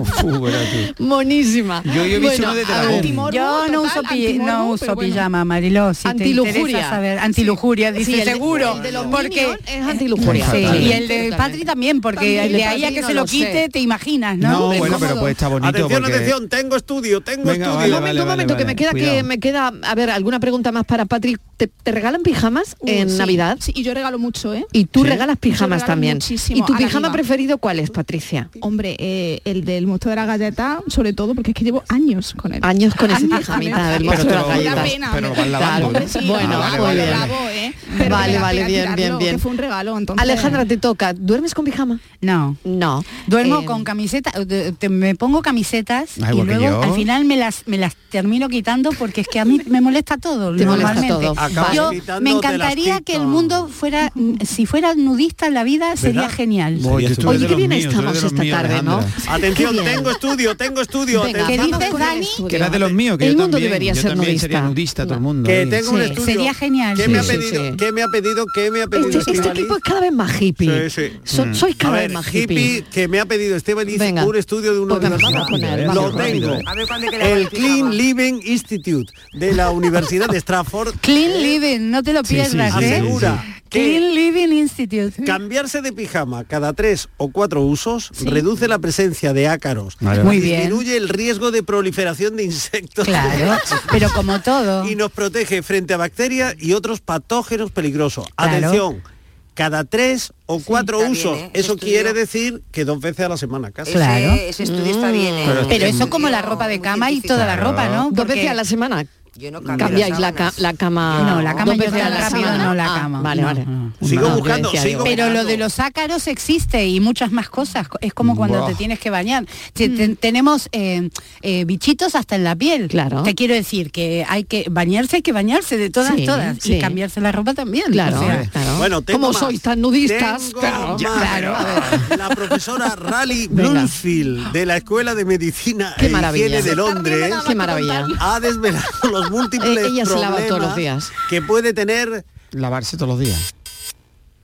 Speaker 4: Uf, verá tú.
Speaker 2: Monísima.
Speaker 4: Yo- yo he visto
Speaker 2: Bueno,
Speaker 4: uno de
Speaker 2: a
Speaker 4: dragón.
Speaker 2: ver.
Speaker 9: Antimorbo,
Speaker 3: Yo no
Speaker 9: total,
Speaker 3: uso, pi-
Speaker 9: antimorbo,
Speaker 3: no
Speaker 9: pero
Speaker 3: uso
Speaker 9: bueno.
Speaker 3: pijama, Mariló. Si
Speaker 2: Antilujuria.
Speaker 3: Te interesa saber. Antilujuria, dice
Speaker 2: Sí, el de-
Speaker 3: seguro.
Speaker 2: el de los
Speaker 3: porque
Speaker 2: Minions es antilujuria.
Speaker 3: Sí,
Speaker 4: Fatal.
Speaker 3: y el de Patri también, porque
Speaker 2: También,
Speaker 3: de
Speaker 2: el
Speaker 3: ahí a
Speaker 2: Patri
Speaker 3: que
Speaker 2: no
Speaker 3: se
Speaker 2: lo
Speaker 3: lo
Speaker 2: sé.
Speaker 3: quite, te imaginas, ¿no?
Speaker 4: No, bueno, pero puede estar bonito
Speaker 5: Atención,
Speaker 4: porque...
Speaker 5: atención, tengo estudio, tengo
Speaker 4: Venga,
Speaker 5: estudio.
Speaker 4: vale,
Speaker 2: un momento, un
Speaker 4: vale,
Speaker 2: momento, que
Speaker 4: vale,
Speaker 2: me queda
Speaker 4: cuidado.
Speaker 2: que me queda, a ver, alguna pregunta más para Patrick. ¿Te, te regalan pijamas
Speaker 9: Uh,
Speaker 2: en
Speaker 9: sí,
Speaker 2: Navidad.
Speaker 9: Sí, y yo regalo mucho, ¿eh?
Speaker 2: Y tú
Speaker 9: Sí.
Speaker 2: regalas pijamas
Speaker 9: Yo regalo
Speaker 2: también.
Speaker 9: muchísimo.
Speaker 2: ¿Y tu
Speaker 9: A la
Speaker 2: pijama
Speaker 9: diva.
Speaker 2: preferido cuál es, Patricia?
Speaker 9: Hombre, eh, el del monstruo de la galleta, sobre todo porque es que llevo años con él.
Speaker 2: Años con ese
Speaker 9: Años
Speaker 2: pijamita
Speaker 9: con él.
Speaker 2: del monstruo de las
Speaker 9: Me da
Speaker 2: galletas.
Speaker 9: pena,
Speaker 2: Pero
Speaker 9: me-
Speaker 2: lo vas lavando,
Speaker 9: Hombre,
Speaker 2: ¿no?
Speaker 9: sí,
Speaker 2: Bueno,
Speaker 9: lo lavo,
Speaker 2: muy
Speaker 9: lo
Speaker 2: bien.
Speaker 9: lavo, ¿eh? Pero me
Speaker 2: Vale,
Speaker 9: da
Speaker 2: vale,
Speaker 9: pena
Speaker 2: bien,
Speaker 9: tirarlo,
Speaker 2: bien, bien.
Speaker 9: que fue un regalo, entonces.
Speaker 2: Alejandra, te toca. ¿Duermes con pijama?
Speaker 3: No.
Speaker 2: No.
Speaker 3: Duermo
Speaker 2: Eh,
Speaker 3: con camiseta, de- te- me pongo camisetas
Speaker 2: Ah,
Speaker 3: y
Speaker 2: igual que yo.
Speaker 3: luego al final me las me las termino quitando porque es que a mí me molesta todo.
Speaker 2: Te molesta
Speaker 3: normalmente.
Speaker 2: todo. Acabas
Speaker 3: Yo
Speaker 2: quitándote
Speaker 3: me
Speaker 2: las
Speaker 3: encantaría que el mundo fuera, mm, si fuera nudista en la vida, sería genial.
Speaker 5: Sería
Speaker 2: tú
Speaker 5: estupendo.
Speaker 2: eres de Oye, qué los bien míos, tú estamos eres de los esta míos, tarde, ¿no? Alejandra.
Speaker 5: Atención,
Speaker 2: Qué bien.
Speaker 5: tengo estudio, tengo estudio.
Speaker 2: Venga,
Speaker 5: atención.
Speaker 2: vamos con el estudio.
Speaker 4: Que era de los míos, que
Speaker 2: El
Speaker 4: yo
Speaker 2: mundo
Speaker 4: también,
Speaker 2: debería
Speaker 4: yo
Speaker 2: ser
Speaker 4: también sería
Speaker 2: nudista.
Speaker 4: nudista todo el mundo. ¿eh?
Speaker 5: Que
Speaker 4: ahí.
Speaker 5: tengo un estudio.
Speaker 3: Sería genial.
Speaker 5: ¿Qué me ha
Speaker 4: Sí, sí,
Speaker 5: pedido?
Speaker 4: sí.
Speaker 5: ¿Qué me ha pedido? ¿Qué me ha pedido?
Speaker 2: Este, este
Speaker 5: Estivali?
Speaker 2: equipo es cada vez más hippie. So-
Speaker 5: Mm.
Speaker 2: sois cada
Speaker 5: A
Speaker 2: vez
Speaker 5: ver,
Speaker 2: más hippie.
Speaker 5: que me ha pedido Esteban Liz
Speaker 2: Venga.
Speaker 5: un estudio de uno
Speaker 2: Pues
Speaker 5: de
Speaker 2: vamos a poner,
Speaker 5: Lo
Speaker 2: vamos.
Speaker 5: tengo.
Speaker 2: A ver cuándo hay que lavar
Speaker 5: El
Speaker 2: el pijama.
Speaker 5: Clean Living Institute de la Universidad de Stratford
Speaker 3: Clean Living, no te lo
Speaker 5: Sí, sí,
Speaker 3: pierdas,
Speaker 5: sí,
Speaker 3: ¿eh?
Speaker 5: asegura que-
Speaker 3: Clean Living Institute.
Speaker 5: Cambiarse de pijama cada tres o cuatro usos reduce la presencia de ácaros.
Speaker 3: Vale, Muy
Speaker 5: disminuye
Speaker 3: bien.
Speaker 5: el riesgo de proliferación de insectos.
Speaker 3: Claro, pero como todo.
Speaker 5: Y nos protege frente a bacterias y otros patógenos peligrosos.
Speaker 3: Claro.
Speaker 5: Atención, cada tres o cuatro
Speaker 10: está bien,
Speaker 5: usos.
Speaker 10: ¿eh?
Speaker 5: Eso
Speaker 10: Estudio.
Speaker 5: quiere decir que dos veces a la semana casi.
Speaker 3: Claro.
Speaker 10: Ese estudio está
Speaker 4: Mm.
Speaker 10: bien, ¿eh?
Speaker 3: Pero, eso como la ropa de cama y toda la
Speaker 5: Claro.
Speaker 3: ropa, ¿no?
Speaker 2: Dos
Speaker 3: Porque-
Speaker 2: veces a la semana.
Speaker 10: cambio
Speaker 2: cambiáis
Speaker 10: las
Speaker 2: la, ca- la cama.
Speaker 3: No, la cama
Speaker 2: dos
Speaker 3: yo
Speaker 2: veces a
Speaker 3: tan
Speaker 2: la
Speaker 3: rápido
Speaker 2: semana.
Speaker 3: no la
Speaker 2: Ah,
Speaker 3: cama,
Speaker 2: vale,
Speaker 3: no,
Speaker 2: vale.
Speaker 5: Sigo
Speaker 2: No,
Speaker 5: buscando,
Speaker 2: yo decía, digo,
Speaker 5: sigo
Speaker 3: Pero lo de los ácaros existe y muchas más cosas. Es como cuando
Speaker 2: Buah.
Speaker 3: te tienes que bañar. Te- te- tenemos eh, eh, bichitos hasta en la piel. Claro. Te quiero decir que hay que bañarse, hay que bañarse de todas,
Speaker 2: Sí,
Speaker 3: todas.
Speaker 2: sí.
Speaker 3: Y cambiarse la ropa también.
Speaker 2: Claro,
Speaker 3: O sea,
Speaker 2: claro.
Speaker 5: Bueno, tengo
Speaker 2: Como
Speaker 5: más.
Speaker 2: sois tan nudistas.
Speaker 5: Tengo
Speaker 2: claro,
Speaker 5: más.
Speaker 2: claro.
Speaker 5: La profesora Raleigh
Speaker 2: Venga.
Speaker 5: Bloomfield de la Escuela de Medicina
Speaker 2: Qué
Speaker 5: e Higiene
Speaker 2: maravilla.
Speaker 5: de Londres
Speaker 2: Qué maravilla.
Speaker 5: ha desvelado los múltiples
Speaker 2: Eh, ella se lava
Speaker 5: problemas
Speaker 2: todos los días.
Speaker 5: que puede tener
Speaker 4: lavarse todos los días.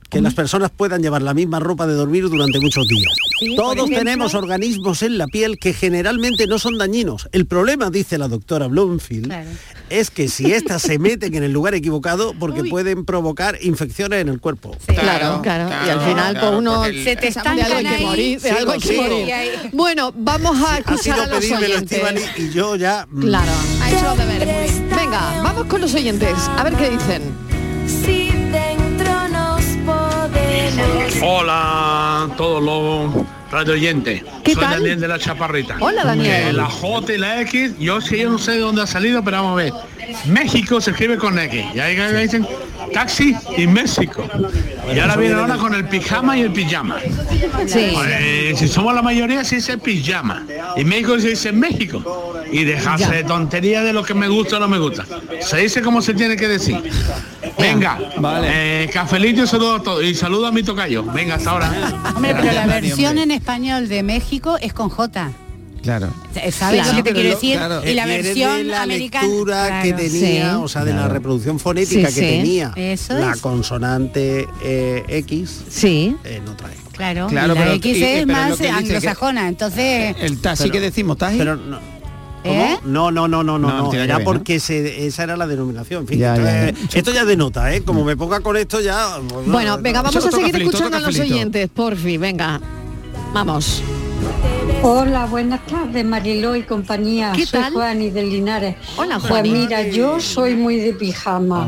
Speaker 5: Que las personas puedan llevar la misma ropa de dormir durante muchos días.
Speaker 12: Sí, por
Speaker 5: Todos
Speaker 12: ejemplo.
Speaker 5: tenemos organismos en la piel que generalmente no son dañinos. El problema, dice la doctora Bloomfield, es que si estas se meten en el lugar equivocado, porque pueden provocar infecciones en el cuerpo.
Speaker 2: Claro, claro, Y al final, pues uno
Speaker 3: Se te
Speaker 2: de
Speaker 3: estancan
Speaker 2: algo hay que
Speaker 3: ahí.
Speaker 2: morir, de
Speaker 3: Sí,
Speaker 2: algo hay
Speaker 3: sí.
Speaker 2: que morir.
Speaker 3: Sí, ahí.
Speaker 2: Bueno, vamos a
Speaker 5: Ha
Speaker 2: escuchar
Speaker 5: sido
Speaker 2: a los
Speaker 5: pedírmelo, Estivali,
Speaker 2: oyentes.
Speaker 5: y yo ya... mm,
Speaker 2: Claro, ha hecho los deberes. muy bien. Venga, vamos con los oyentes, a ver qué dicen.
Speaker 11: Si dentro nos podemos.
Speaker 13: Hola, todos los radio oyentes.
Speaker 2: ¿Qué
Speaker 13: Soy
Speaker 2: tal?
Speaker 13: Daniel de la Chaparrita.
Speaker 2: Hola, Daniel.
Speaker 13: Que la J y la X, yo sí yo no sé de dónde ha salido, pero vamos a ver. México se escribe con X. Y ahí que dicen taxi y México.
Speaker 5: Pues
Speaker 13: Y ahora viene ahora con el pijama y el pijama.
Speaker 2: Sí.
Speaker 13: Eh, si somos la mayoría, se dice pijama. Y México se dice México. Y dejarse de tontería de lo que me gusta o no me gusta. Se dice como se tiene que decir. Venga, vale. cafelito y saludo a todos. Y saludo a mi tocayo. Venga, hasta ahora.
Speaker 3: Hombre, pero la versión en español de México es con J.
Speaker 4: Claro.
Speaker 3: ¿Sabes
Speaker 5: Claro.
Speaker 3: lo que te
Speaker 5: Pero
Speaker 3: quiero
Speaker 5: lo-
Speaker 3: decir?
Speaker 5: claro.
Speaker 3: Y la
Speaker 5: Viene de
Speaker 3: versión
Speaker 5: la
Speaker 3: americana.
Speaker 5: lectura que
Speaker 3: Claro.
Speaker 5: tenía,
Speaker 3: Sí.
Speaker 5: o sea, de la reproducción fonética
Speaker 3: Sí,
Speaker 5: que
Speaker 3: sí.
Speaker 5: tenía
Speaker 3: Eso
Speaker 5: la
Speaker 3: es.
Speaker 5: consonante eh, X eh,
Speaker 2: sí.
Speaker 5: no trae.
Speaker 3: Claro,
Speaker 4: Claro,
Speaker 3: y la
Speaker 4: pero-
Speaker 3: X
Speaker 4: y-
Speaker 3: es
Speaker 4: pero lo
Speaker 3: más
Speaker 4: que dice que-
Speaker 3: anglosajona, entonces...
Speaker 4: El taxi que decimos, taxi.
Speaker 5: Pero no.
Speaker 3: ¿Eh?
Speaker 5: No, no, no, no, no,
Speaker 4: No, no
Speaker 5: no,
Speaker 4: tiene que
Speaker 5: Era
Speaker 4: ver, ¿no?
Speaker 5: porque se- esa era la denominación. En fin,
Speaker 4: Ya,
Speaker 5: esto,
Speaker 4: ya,
Speaker 5: eh, esto ya denota, ¿eh? Como me ponga con esto ya.
Speaker 2: Bueno, venga, vamos a
Speaker 5: Otro
Speaker 2: seguir
Speaker 5: cafelito,
Speaker 2: escuchando a
Speaker 5: otro
Speaker 2: los
Speaker 5: cafelito.
Speaker 2: oyentes, porfi, venga. Vamos.
Speaker 14: Hola, buenas tardes, Mariló y compañía.
Speaker 2: ¿Qué
Speaker 14: soy
Speaker 2: tal?
Speaker 14: Juani de Linares.
Speaker 2: Hola,
Speaker 14: Pues
Speaker 2: Juani.
Speaker 14: mira, yo soy muy de pijama.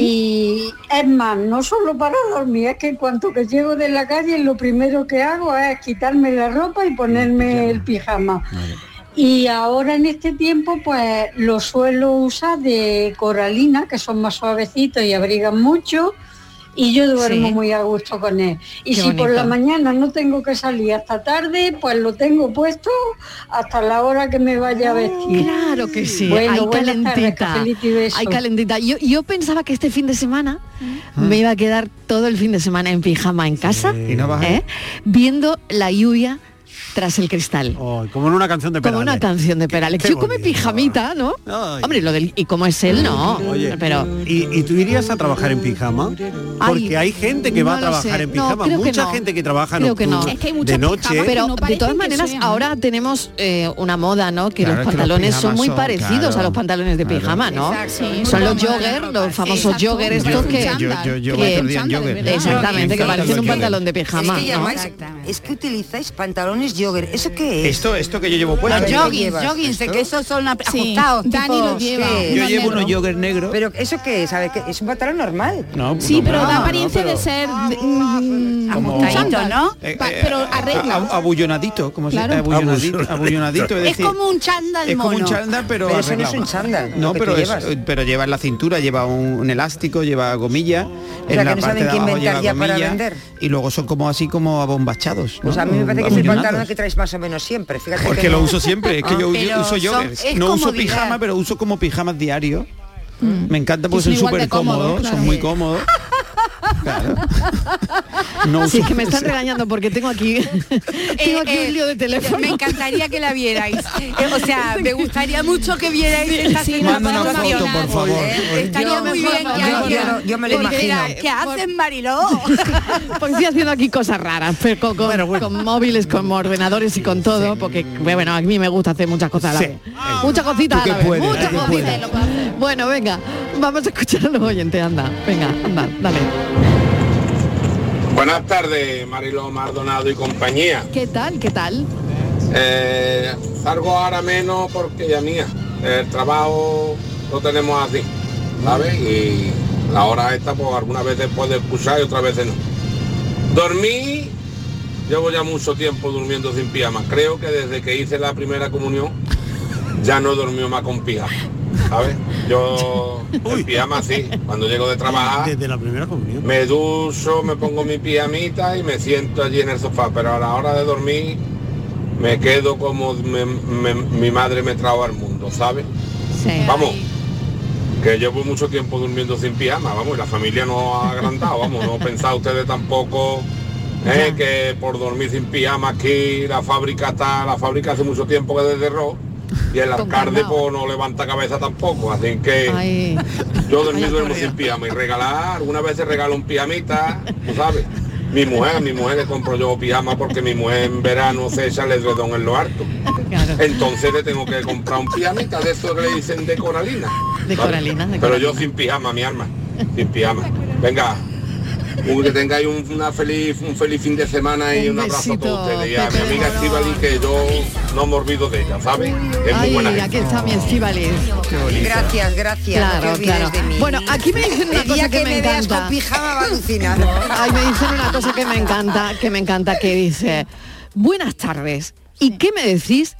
Speaker 14: Y es más, no solo para dormir, es que en cuanto que llego de la calle lo primero que hago es quitarme la ropa y ponerme el pijama. Y ahora en este tiempo pues lo suelo usar de coralina, que son más suavecitos y abrigan mucho. Y yo duermo
Speaker 2: Sí.
Speaker 14: muy a gusto con él. Y
Speaker 2: Qué
Speaker 14: si por la
Speaker 2: bonito.
Speaker 14: mañana no tengo que salir hasta tarde, pues lo tengo puesto hasta la hora que me
Speaker 15: Ah,
Speaker 14: vaya a vestir.
Speaker 2: Claro que sí,
Speaker 14: Bueno,
Speaker 2: hay
Speaker 14: buenas tardes,
Speaker 2: calentita.
Speaker 14: cafelito y besos.
Speaker 2: hay calentita. Yo, yo pensaba que este fin de semana me iba a quedar todo el fin de semana en pijama en casa,
Speaker 4: Y no vas a-
Speaker 2: ¿eh? viendo la lluvia tras el cristal.
Speaker 5: Ay, como en una canción de
Speaker 2: Como una canción de Perales.
Speaker 5: qué
Speaker 2: Yo come pijamita, ¿no? Hombre, lo del y como es él, no.
Speaker 5: Oye,
Speaker 2: pero
Speaker 5: ¿y, y tú irías a trabajar en pijama? Porque hay gente que va a
Speaker 2: no lo
Speaker 5: trabajar
Speaker 2: sé.
Speaker 5: en
Speaker 2: No,
Speaker 5: pijama,
Speaker 2: creo que
Speaker 5: mucha
Speaker 2: no.
Speaker 5: gente que trabaja en
Speaker 2: Creo que no.
Speaker 5: nocturno, de noche.
Speaker 2: pero de todas
Speaker 9: que
Speaker 2: maneras
Speaker 9: sean.
Speaker 2: ahora tenemos eh, una moda, ¿no? Que
Speaker 5: Claro,
Speaker 2: los
Speaker 5: es que los
Speaker 2: pantalones son
Speaker 5: pijamas
Speaker 2: muy
Speaker 5: son,
Speaker 2: parecidos
Speaker 5: claro.
Speaker 2: a los pantalones de
Speaker 5: Claro.
Speaker 2: pijama, ¿no?
Speaker 5: Exacto, sí,
Speaker 2: son
Speaker 5: muy
Speaker 2: los
Speaker 5: cómoda
Speaker 2: jogger, los famosos
Speaker 10: Exacto,
Speaker 2: jogger
Speaker 10: muy
Speaker 2: estos que,
Speaker 10: cómoda. Yo- yo- yo
Speaker 2: que-
Speaker 10: voy todo el día en jogger.
Speaker 2: exactamente, que parecen un pantalón de pijama,
Speaker 10: Es que,
Speaker 2: ¿no?
Speaker 10: llamáis- es que utilizáis pantalón pantalones jogger. ¿Eso qué es?
Speaker 4: Esto, esto que yo llevo
Speaker 2: Ah,
Speaker 4: puesto.
Speaker 10: Los
Speaker 3: joggings, joggings, de que esos son ajustados. tipo-
Speaker 4: Yo llevo unos jogger negros.
Speaker 10: Pero eso qué es, a ver, ¿qué- es un pantalón normal.
Speaker 4: No,
Speaker 9: Sí, pero
Speaker 4: normal,
Speaker 9: da
Speaker 4: no,
Speaker 9: apariencia
Speaker 4: pero-
Speaker 9: de ser
Speaker 3: Ah, pues,
Speaker 9: mm,
Speaker 4: Como-
Speaker 9: un chándal,
Speaker 4: Eh,
Speaker 9: Pa-
Speaker 4: eh,
Speaker 9: pero
Speaker 4: a-
Speaker 9: arregla.
Speaker 4: a- abullonadito, como
Speaker 9: Claro.
Speaker 4: se abullonadito, abullonadito, es
Speaker 3: Es
Speaker 4: decir,
Speaker 3: como un chándal
Speaker 4: es como un
Speaker 3: mono.
Speaker 4: chándal, pero,
Speaker 10: Pero eso no
Speaker 4: arreglado.
Speaker 10: es un chándal,
Speaker 4: No,
Speaker 10: lo que
Speaker 4: pero,
Speaker 10: tú
Speaker 4: es-
Speaker 10: llevas.
Speaker 4: pero lleva en la cintura, lleva un, un elástico, lleva gomilla.
Speaker 10: sea,
Speaker 4: en
Speaker 10: que
Speaker 4: la
Speaker 10: no
Speaker 4: parte
Speaker 10: saben qué
Speaker 4: de abajo
Speaker 10: inventar
Speaker 4: lleva
Speaker 10: ya para
Speaker 4: gomilla,
Speaker 10: vender.
Speaker 4: Y luego son como así como abombachados.
Speaker 10: Pues
Speaker 4: ¿no?
Speaker 10: a mí me parece que es el
Speaker 4: Abullonados.
Speaker 10: pantalón que traes más o menos siempre. Fíjate
Speaker 4: Mm, Porque
Speaker 10: que
Speaker 4: lo
Speaker 10: no.
Speaker 4: uso siempre, es que
Speaker 10: Ah.
Speaker 4: yo
Speaker 10: Pero
Speaker 4: uso
Speaker 10: son-
Speaker 4: joggers.
Speaker 10: es
Speaker 4: No uso
Speaker 10: comodidad.
Speaker 4: pijama, pero uso como pijamas diario.
Speaker 10: Mm.
Speaker 4: Me encanta porque
Speaker 2: Y son
Speaker 4: son
Speaker 2: igual de
Speaker 4: súper
Speaker 2: cómodos,
Speaker 4: cómodos,
Speaker 2: claro.
Speaker 4: son muy cómodos. Claro. No
Speaker 2: Sí,
Speaker 4: uso-
Speaker 2: es que me están regañando porque tengo aquí, tengo aquí un lío de teléfono.
Speaker 3: Me encantaría que la vierais. Eh, O sea, me gustaría mucho que vierais
Speaker 2: Sí,
Speaker 3: esta
Speaker 2: sí,
Speaker 3: cena
Speaker 2: manda una
Speaker 3: para
Speaker 2: foto,
Speaker 3: cenar.
Speaker 2: por favor.
Speaker 3: Eh, Estaría
Speaker 2: Yo-
Speaker 3: muy
Speaker 2: yo-
Speaker 3: bien que
Speaker 2: yo-
Speaker 3: alguien-
Speaker 2: yo- yo me lo
Speaker 3: porque dirá,
Speaker 2: imagino.
Speaker 3: ¿Qué hacen, Mariló?
Speaker 2: Porque Pues estoy haciendo aquí cosas raras, pero con, con- con móviles, con ordenadores y con todo, porque bueno, a mí me gusta hacer muchas cosas a la
Speaker 7: Sí.
Speaker 2: vez. Muchas cositas a
Speaker 7: Tú
Speaker 2: la
Speaker 7: que
Speaker 2: vez,
Speaker 7: puedes,
Speaker 2: muchas
Speaker 7: tú que
Speaker 2: cositas.
Speaker 7: puedes.
Speaker 2: lo puedo hacer. Bueno, venga, vamos a escuchar a los oyentes, anda, venga, anda, dale.
Speaker 12: Buenas tardes, Mariló Mardonado y compañía.
Speaker 2: ¿Qué tal? ¿Qué tal?
Speaker 12: Eh, salgo ahora menos porque ya mía, el trabajo lo tenemos así, ¿sabes?
Speaker 5: Mm.
Speaker 12: Y la hora esta, pues algunas veces puedo escuchar y otras veces no. Dormí, llevo ya mucho tiempo durmiendo sin pijama. Creo que desde que hice la primera comunión ya no he dormido más con pijama, ¿sabes? Yo en pijama sí, cuando llego de trabajar
Speaker 5: Desde la primera comunión.
Speaker 12: me ducho, me pongo mi pijamita y me siento allí en el sofá, pero a la hora de dormir me quedo como me- me- mi madre me trajo al mundo, ¿sabes? Vamos, que llevo mucho tiempo durmiendo sin pijama, vamos, y la familia no ha agrandado, vamos, no pensad ustedes tampoco eh, que por dormir sin pijama aquí la fábrica está, la fábrica hace mucho tiempo que desderró y el alcalde pues, no levanta cabeza tampoco, así que yo dormí duermo sin pijama y regalar, algunas veces regalo un pijamita, tú sabes. Mi mujer, mi mujer le compro yo pijama porque mi mujer en verano se echa el edredón en lo harto. Entonces le tengo que comprar un pijamita, de eso que le dicen de coralina. ¿Vale?
Speaker 2: De coralina, de
Speaker 12: Pero
Speaker 2: coralina.
Speaker 12: yo sin pijama, mi arma, sin pijama. Venga, un- que tengáis un, una feliz, un feliz fin de semana y un,
Speaker 2: Un
Speaker 12: abrazo a todos
Speaker 2: besito,
Speaker 12: ustedes. Y a mi
Speaker 2: Pepe de
Speaker 12: amiga Estivali, que yo no me olvido de ella, ¿sabes? Que Es muy
Speaker 2: Ay,
Speaker 12: buena gente.
Speaker 2: aquí está mi Estíbalis.
Speaker 10: Gracias, gracias. no te
Speaker 2: Claro,
Speaker 10: olvides
Speaker 2: claro.
Speaker 10: de mí.
Speaker 2: Bueno, aquí me dicen una
Speaker 10: El día
Speaker 2: cosa que,
Speaker 10: que me veas
Speaker 2: encanta.
Speaker 10: con pijama va a alucinar.
Speaker 2: Ay, me dicen una cosa que me encanta, que me encanta, que dice, buenas tardes, ¿y qué me decís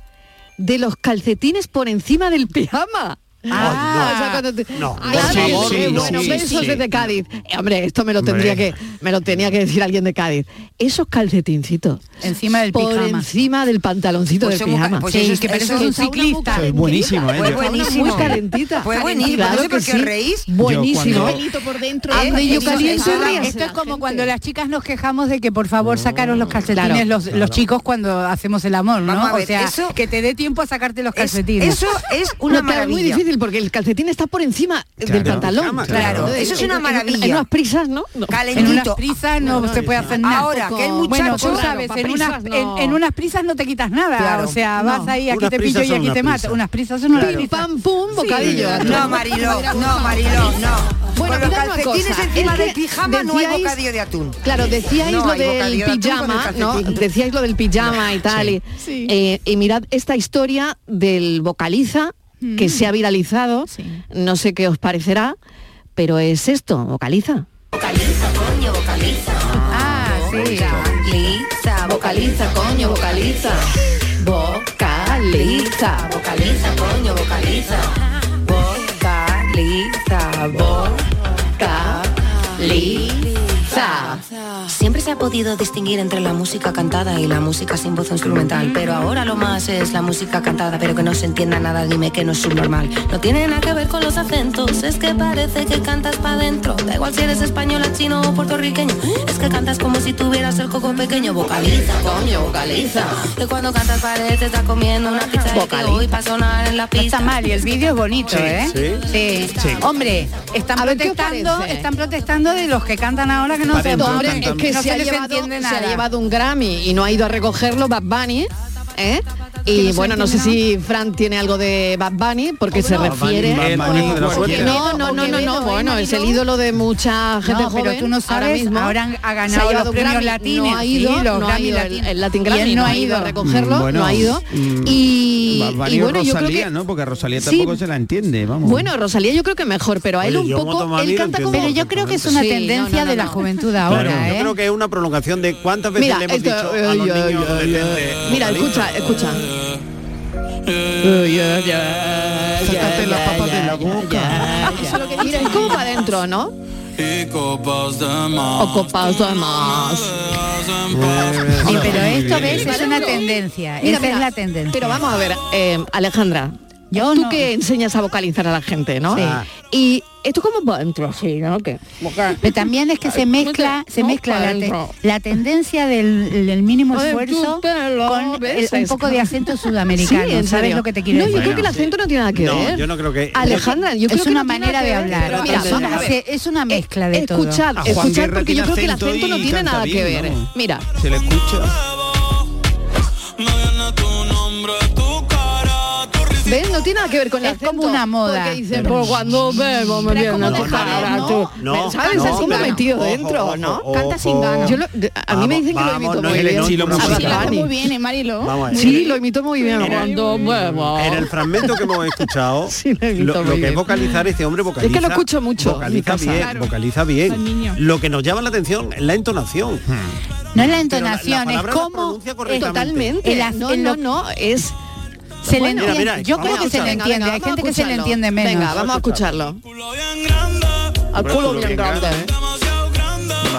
Speaker 2: de los calcetines por encima del pijama?
Speaker 7: Ah,
Speaker 2: o sea, cuando te-
Speaker 7: no.
Speaker 2: Claro,
Speaker 7: Sí,
Speaker 2: que
Speaker 7: sí,
Speaker 2: sí,
Speaker 7: no,
Speaker 2: bueno,
Speaker 7: sí,
Speaker 2: besos
Speaker 7: sí.
Speaker 2: desde Cádiz. Eh, hombre, esto me lo
Speaker 7: Hombre.
Speaker 2: tendría que, me lo tenía que decir alguien de Cádiz. Esos calcetincitos.
Speaker 3: Encima del
Speaker 2: Por
Speaker 3: pijama.
Speaker 2: encima del pantaloncito
Speaker 3: Pues
Speaker 2: del
Speaker 3: somos ca-
Speaker 2: pijama.
Speaker 3: pues Sí, eso es- que pareces eso- un
Speaker 2: Está una muy
Speaker 3: ciclista. Eso es
Speaker 2: calentita,
Speaker 4: buenísimo,
Speaker 2: está
Speaker 4: ¿eh? Yo-
Speaker 2: una Muy
Speaker 4: buenísimo.
Speaker 2: calentita.
Speaker 10: Fue buenísimo,
Speaker 2: Claro
Speaker 10: no sé por
Speaker 2: que
Speaker 10: qué
Speaker 2: sí.
Speaker 10: reís.
Speaker 2: Buenísimo.
Speaker 4: cuando-
Speaker 9: Pelito por dentro.
Speaker 2: Ah,
Speaker 9: eh,
Speaker 2: y yo
Speaker 9: pelito-
Speaker 2: caliente,
Speaker 9: Ah,
Speaker 2: ríase
Speaker 3: Esto es como cuando las chicas nos quejamos de que por favor sacaros los calcetines
Speaker 10: Claro.
Speaker 3: los, los
Speaker 10: Claro.
Speaker 3: chicos cuando hacemos el amor, ¿no?
Speaker 10: Vamos a
Speaker 3: o
Speaker 10: ver,
Speaker 3: sea,
Speaker 10: eso-
Speaker 3: que te dé tiempo a sacarte los calcetines.
Speaker 10: eso es una
Speaker 3: No, claro,
Speaker 2: Muy
Speaker 10: maravilla.
Speaker 2: difícil porque el calcetín está por encima del
Speaker 10: Claro.
Speaker 2: pantalón.
Speaker 10: Claro, claro. eso es
Speaker 2: En-
Speaker 10: una
Speaker 2: en-
Speaker 10: maravilla.
Speaker 2: En unas prisas, ¿no? No.
Speaker 10: Calentito.
Speaker 3: En unas prisas no, se puede hacer nada.
Speaker 10: Ahora, que el
Speaker 3: Bueno,
Speaker 10: muchacho-
Speaker 3: tú sabes,
Speaker 10: Claro,
Speaker 3: en,
Speaker 10: pa'
Speaker 3: unas,
Speaker 10: prisas no.
Speaker 3: en- en unas prisas no te quitas nada.
Speaker 10: Claro.
Speaker 3: O sea, vas
Speaker 10: No.
Speaker 3: ahí, aquí
Speaker 10: Unas
Speaker 3: te
Speaker 10: prisas
Speaker 3: pillo y
Speaker 10: son
Speaker 3: aquí
Speaker 10: una
Speaker 3: te mato.
Speaker 10: prisa.
Speaker 3: Unas prisas son unas
Speaker 10: Pim,
Speaker 3: prisas.
Speaker 2: pam, pum,
Speaker 10: bocadillo. No, Mariló, no, Mariló, no.
Speaker 2: Bueno,
Speaker 10: Con los
Speaker 2: mirad una
Speaker 10: calcetines
Speaker 2: cosa,
Speaker 10: encima
Speaker 2: es que
Speaker 10: del pijama no hay
Speaker 2: decíais-
Speaker 10: bocadillo de atún.
Speaker 2: Claro, decíais
Speaker 10: No
Speaker 2: lo
Speaker 10: hay bocadillo
Speaker 2: del
Speaker 10: de atún con el
Speaker 2: pijama, ¿no?
Speaker 10: calcetín.
Speaker 2: Decíais lo del pijama y tal. Y, eh, y mirad esta historia del vocaliza
Speaker 10: Mm.
Speaker 2: que se ha viralizado. No sé qué os parecerá, pero es esto, vocaliza.
Speaker 11: Vocaliza, coño, vocaliza. Ah, sí. Vocaliza, vocaliza, coño, vocaliza. Vocaliza, vocaliza, coño, vocaliza. Vocaliza, vocaliza. Siempre se ha podido distinguir entre la música cantada y la música sin voz instrumental, pero ahora lo más es la música cantada, pero que no se entienda nada, dime que no es subnormal. No tiene nada que ver con los acentos, es que parece que cantas pa' dentro. Da igual si eres española, chino o puertorriqueño, es que cantas como si tuvieras el coco pequeño. Vocaliza, coño, vocaliza. Que cuando cantas parece está comiendo una pizza y que hoy pa' sonar en la pista.
Speaker 3: Está mal y el vídeo es bonito,
Speaker 11: Sí,
Speaker 3: ¿eh? Sí. Hombre, están
Speaker 2: ¿qué os
Speaker 3: protestando,
Speaker 2: parece?
Speaker 3: están protestando de los que cantan ahora que no se
Speaker 2: No, hombre, es que
Speaker 3: no
Speaker 2: se, ha
Speaker 3: les
Speaker 2: llevado,
Speaker 3: entiende
Speaker 2: se ha
Speaker 3: nada.
Speaker 2: llevado un Grammy y no ha ido a recogerlo Bad Bunny, ¿eh? Y
Speaker 16: no se
Speaker 2: bueno, no sé
Speaker 16: entiende
Speaker 2: si Fran tiene algo de Bad Bunny porque se
Speaker 16: Bad Bunny,
Speaker 2: refiere.
Speaker 16: Bad Bunny,
Speaker 2: No,
Speaker 16: de la suerte.
Speaker 2: no, no, no, no, no, bueno, es el ídolo de mucha gente
Speaker 3: No, pero
Speaker 2: joven.
Speaker 3: tú no
Speaker 2: ahora
Speaker 3: sabes,
Speaker 2: mismo.
Speaker 3: ahora ha
Speaker 2: Se
Speaker 3: ganado los
Speaker 2: llevado un
Speaker 3: premios
Speaker 2: Grammy,
Speaker 3: latinos,
Speaker 2: no ha ido,
Speaker 3: sí, los
Speaker 2: no ha
Speaker 3: Grammy
Speaker 2: ido, el-
Speaker 3: latinos.
Speaker 2: el Latin
Speaker 3: Y él
Speaker 2: Grammy
Speaker 3: no
Speaker 2: no
Speaker 3: ha
Speaker 2: ha ido a
Speaker 3: ido.
Speaker 2: recogerlo,
Speaker 4: Mm, Bueno,
Speaker 2: no ha ido.
Speaker 4: mm,
Speaker 2: Y,
Speaker 4: Bad
Speaker 2: y
Speaker 4: Bunny o
Speaker 2: bueno, yo creo
Speaker 4: Rosalía,
Speaker 2: que
Speaker 4: ¿no? Porque a Rosalía
Speaker 2: Sí.
Speaker 4: tampoco se la entiende, vamos.
Speaker 2: bueno, Rosalía yo creo que mejor, pero a él
Speaker 4: Oye,
Speaker 2: un
Speaker 4: yo
Speaker 2: poco
Speaker 4: Motomami
Speaker 2: él
Speaker 4: lo
Speaker 2: canta como
Speaker 4: entiendo
Speaker 3: Pero yo creo que es una
Speaker 2: Sí, no,
Speaker 3: tendencia
Speaker 2: no, no,
Speaker 3: de la
Speaker 2: no.
Speaker 3: juventud
Speaker 5: Claro,
Speaker 3: ahora,
Speaker 5: Yo
Speaker 3: ¿eh?
Speaker 5: creo que es una prolongación de cuántas veces
Speaker 2: Mira,
Speaker 5: le hemos
Speaker 2: esto-
Speaker 5: dicho a los
Speaker 2: ay, ay,
Speaker 5: niños
Speaker 2: ay,
Speaker 5: adolescentes,
Speaker 2: Mira,
Speaker 5: Lolita,
Speaker 2: escucha, escucha.
Speaker 4: Sácate las papas de la boca.
Speaker 2: Mira, Ah, es como para adentro, ¿no?
Speaker 7: Y copas de
Speaker 4: Ah,
Speaker 7: más.
Speaker 2: O copas de más.
Speaker 3: Sí, pero esto ves, es una tendencia.
Speaker 2: Mira,
Speaker 3: esa
Speaker 2: mira,
Speaker 3: es la tendencia.
Speaker 2: Pero vamos a ver, eh, Alejandra, tú que enseñas a vocalizar a la gente, ¿no?
Speaker 3: Sí.
Speaker 2: Y esto como para adentro, sí, ¿no? Que,
Speaker 3: Pero también es que se mezcla, se
Speaker 2: No,
Speaker 3: mezcla la, te-
Speaker 2: adentro.
Speaker 3: la tendencia del, del mínimo
Speaker 2: Ay, tú
Speaker 3: esfuerzo
Speaker 2: te lo
Speaker 3: con el-
Speaker 2: ves,
Speaker 3: un poco de acento sudamericano.
Speaker 2: Sí, en
Speaker 3: ¿Sabes
Speaker 2: serio.
Speaker 3: lo que te quiero
Speaker 2: No, yo
Speaker 3: decir?
Speaker 2: creo que el acento no tiene nada que
Speaker 5: No,
Speaker 2: ver.
Speaker 5: yo no creo que
Speaker 2: Alejandra, yo
Speaker 3: es
Speaker 2: creo que
Speaker 3: una
Speaker 2: no tiene
Speaker 3: manera
Speaker 2: nada
Speaker 3: de
Speaker 2: que ver,
Speaker 3: hablar.
Speaker 2: pero mira,
Speaker 3: Son-
Speaker 2: vamos a ver.
Speaker 3: se- es una mezcla de todo.
Speaker 2: Escuchad,
Speaker 4: A Juan
Speaker 2: escuchad,
Speaker 4: Guerra
Speaker 2: porque yo
Speaker 4: tiene
Speaker 2: creo que el
Speaker 4: acento
Speaker 2: acento no
Speaker 4: y
Speaker 2: tiene
Speaker 4: canta
Speaker 2: nada que
Speaker 4: bien,
Speaker 2: ver.
Speaker 4: vamos.
Speaker 2: Mira.
Speaker 4: Se le escucha.
Speaker 2: ¿Ves? No tiene nada que ver con el acento. Es como una moda. Porque dicen, por cuando bebo me viene
Speaker 5: como
Speaker 2: tu
Speaker 5: tu
Speaker 2: cara,
Speaker 5: cara,
Speaker 2: tú.
Speaker 5: no,
Speaker 2: ¿Sabes?
Speaker 5: no,
Speaker 2: es como
Speaker 5: pero-
Speaker 2: metido
Speaker 5: ojo,
Speaker 2: dentro,
Speaker 5: ojo,
Speaker 2: ¿no?
Speaker 5: ojo. Canta sin ganas.
Speaker 2: Yo lo- de- a mí me dicen que lo
Speaker 5: vamos,
Speaker 2: imito
Speaker 5: no
Speaker 2: muy
Speaker 5: es el
Speaker 2: bien.
Speaker 5: estilo
Speaker 2: A Bad
Speaker 5: musical.
Speaker 2: Bunny.
Speaker 9: Muy bien, eh, Marilo.
Speaker 5: Vamos a ver.
Speaker 2: Sí, lo imito muy bien. Cuando bebo.
Speaker 5: En el fragmento que hemos escuchado,
Speaker 2: lo he visto
Speaker 5: lo, lo
Speaker 2: muy
Speaker 5: que es
Speaker 2: bien.
Speaker 5: vocalizar, este hombre vocaliza.
Speaker 2: Es que lo escucho mucho en mi
Speaker 5: Vocaliza
Speaker 2: casa.
Speaker 5: bien,
Speaker 2: Claro.
Speaker 5: vocaliza bien. Lo que nos llama la atención es la entonación.
Speaker 2: Hmm.
Speaker 3: No es la entonación, es
Speaker 5: palabra la
Speaker 3: como
Speaker 2: Totalmente.
Speaker 3: ac-
Speaker 2: No,
Speaker 3: el-
Speaker 2: no, no, es...
Speaker 3: Se le
Speaker 2: Bueno,
Speaker 3: entiende.
Speaker 2: mira, mira,
Speaker 3: Yo
Speaker 2: vamos
Speaker 3: creo que
Speaker 2: a
Speaker 3: se le
Speaker 2: escucharlo.
Speaker 3: entiende.
Speaker 2: Venga,
Speaker 3: Hay
Speaker 2: vamos
Speaker 3: gente
Speaker 2: a
Speaker 3: que se le
Speaker 2: escucharlo.
Speaker 3: entiende menos.
Speaker 2: Venga, vamos a escucharlo. Al culo bien grande.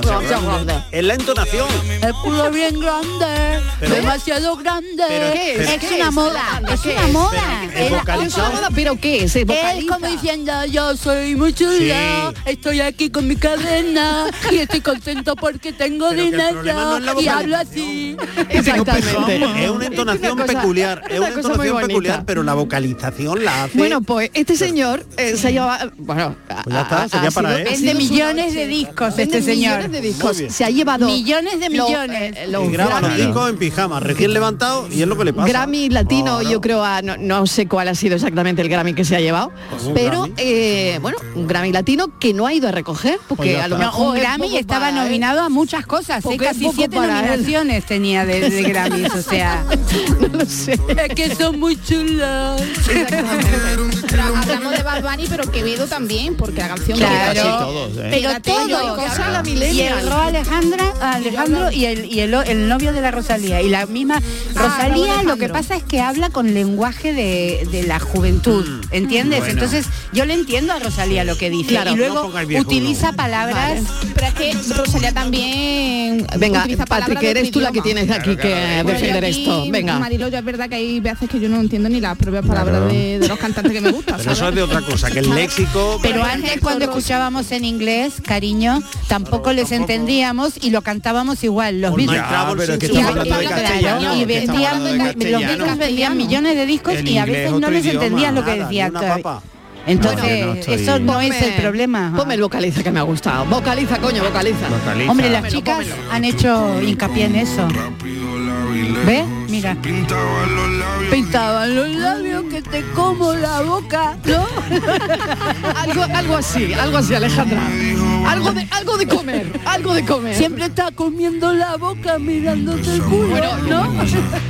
Speaker 2: Demasiado grande.
Speaker 5: Es la entonación.
Speaker 3: El culo bien grande,
Speaker 5: Pero-
Speaker 3: demasiado grande.
Speaker 5: pero- ¿Qué es?
Speaker 3: es,
Speaker 5: ¿Qué
Speaker 3: una
Speaker 5: es?
Speaker 3: moda,
Speaker 2: Pero-
Speaker 3: es
Speaker 2: ¿qué
Speaker 3: una
Speaker 2: es?
Speaker 3: moda.
Speaker 2: Pero- es vocalizar. Es una moda, pero ¿qué es? Es
Speaker 3: Él como diciendo, yo soy muy chula, estoy aquí con mi cadena y estoy contento porque tengo
Speaker 5: Pero que el
Speaker 3: dinero
Speaker 5: problema no es la
Speaker 3: y hablo
Speaker 5: vocalización.
Speaker 3: así.
Speaker 2: Exactamente.
Speaker 5: Es una entonación
Speaker 2: cosa-
Speaker 5: peculiar, es
Speaker 2: una
Speaker 5: una
Speaker 2: cosa muy
Speaker 5: entonación
Speaker 2: bonita.
Speaker 5: peculiar, pero la vocalización la hace.
Speaker 2: Bueno, pues este señor eh, se lleva, bueno, a-
Speaker 5: Pues ya está,
Speaker 2: a-
Speaker 5: sería
Speaker 2: ha
Speaker 5: para
Speaker 2: sido-
Speaker 5: él.
Speaker 2: ha
Speaker 5: Vende
Speaker 2: sido su
Speaker 3: millones
Speaker 2: noche.
Speaker 3: de discos
Speaker 2: Vende
Speaker 3: este
Speaker 2: millones
Speaker 3: señor.
Speaker 2: de
Speaker 5: Muy
Speaker 2: discos.
Speaker 5: bien.
Speaker 2: Se ha llevado
Speaker 3: Millones de
Speaker 2: lo-
Speaker 3: millones.
Speaker 2: eh,
Speaker 5: Y
Speaker 2: los
Speaker 5: graba los
Speaker 2: Grammy,
Speaker 5: discos en pijama, recién levantado, y es lo que le pasa.
Speaker 2: Grammy latino, yo creo, a- no, no sé cuál ha sido exactamente el Grammy que se ha llevado,
Speaker 5: Pues un
Speaker 2: pero
Speaker 5: Grammy.
Speaker 2: eh, bueno, un Grammy latino que no ha ido a recoger, porque
Speaker 3: Porque
Speaker 2: a lo
Speaker 3: no,
Speaker 2: mejor
Speaker 3: un
Speaker 2: es
Speaker 3: Grammy
Speaker 2: poco
Speaker 3: estaba
Speaker 2: para él.
Speaker 3: nominado a muchas cosas, ¿eh?
Speaker 2: Porque es
Speaker 3: casi
Speaker 2: poco
Speaker 3: siete
Speaker 2: para él.
Speaker 3: nominaciones tenía de, de Grammys, o sea.
Speaker 2: no lo sé.
Speaker 3: Es que son muy chulas.
Speaker 9: Hablamos de Bad Bunny, pero Quevedo también, porque la canción
Speaker 3: Claro.
Speaker 9: Quevedo-
Speaker 3: Casi todos, ¿eh?
Speaker 9: Pero
Speaker 3: Todo,
Speaker 9: todo,
Speaker 3: cosa.
Speaker 9: la
Speaker 3: Y
Speaker 9: millennial.
Speaker 3: erró Alejandra, Alejandro y, el, y el, el novio de la Rosalía. Y la misma
Speaker 4: Ah,
Speaker 3: Rosalía lo que pasa es que habla con lenguaje de, de la juventud, ¿entiendes?
Speaker 9: Mm. Bueno.
Speaker 3: Entonces yo le entiendo a Rosalía lo que dice.
Speaker 9: Claro,
Speaker 3: y
Speaker 9: no
Speaker 3: luego
Speaker 9: pongas viejo,
Speaker 3: utiliza
Speaker 9: no.
Speaker 3: palabras...
Speaker 9: Pero es que Rosalía también
Speaker 2: Venga,
Speaker 9: utiliza palabras
Speaker 2: Patrick,
Speaker 9: de
Speaker 2: eres
Speaker 9: otro
Speaker 2: tú la que
Speaker 9: idioma.
Speaker 2: tienes aquí que
Speaker 9: Bueno,
Speaker 2: defender
Speaker 9: yo aquí,
Speaker 2: esto. Venga.
Speaker 9: Marilo, yo es verdad que hay veces que yo no entiendo ni las propias palabras de, de los cantantes que me gustan.
Speaker 5: Pero eso es de otra cosa, que el léxico.
Speaker 3: Pero antes cuando escuchábamos en inglés, cariño, tampoco les entendíamos y lo cantábamos igual. Los Beatles.
Speaker 4: Ya, pero es que
Speaker 3: Y
Speaker 4: estamos
Speaker 3: ahora-
Speaker 4: hablando de
Speaker 3: claro,
Speaker 4: castellano,
Speaker 3: y
Speaker 4: que estamos
Speaker 3: vendían,
Speaker 4: hablando de
Speaker 3: los
Speaker 4: castellano.
Speaker 3: Beatles vendían millones de discos
Speaker 4: El
Speaker 3: y a
Speaker 4: inglés,
Speaker 3: veces no
Speaker 4: otro
Speaker 3: les
Speaker 4: idioma.
Speaker 3: entendías lo que
Speaker 4: Nada, ni
Speaker 3: decía
Speaker 4: una papa.
Speaker 3: Entonces,
Speaker 4: No, yo no estoy-
Speaker 3: eso no es el
Speaker 2: Ponme-
Speaker 3: problema.
Speaker 2: Ponme el vocaliza que me ha gustado. Vocaliza, coño, vocaliza.
Speaker 4: Vocaliza.
Speaker 3: Hombre, las chicas han hecho hincapié en eso. ¿Ves? Mira. Pintaban los labios que te como la boca, ¿no?
Speaker 2: algo, algo así, algo así, Alejandra. Algo de, algo de comer, algo de comer.
Speaker 3: Siempre está comiendo la boca mirándote el culo, ¿no?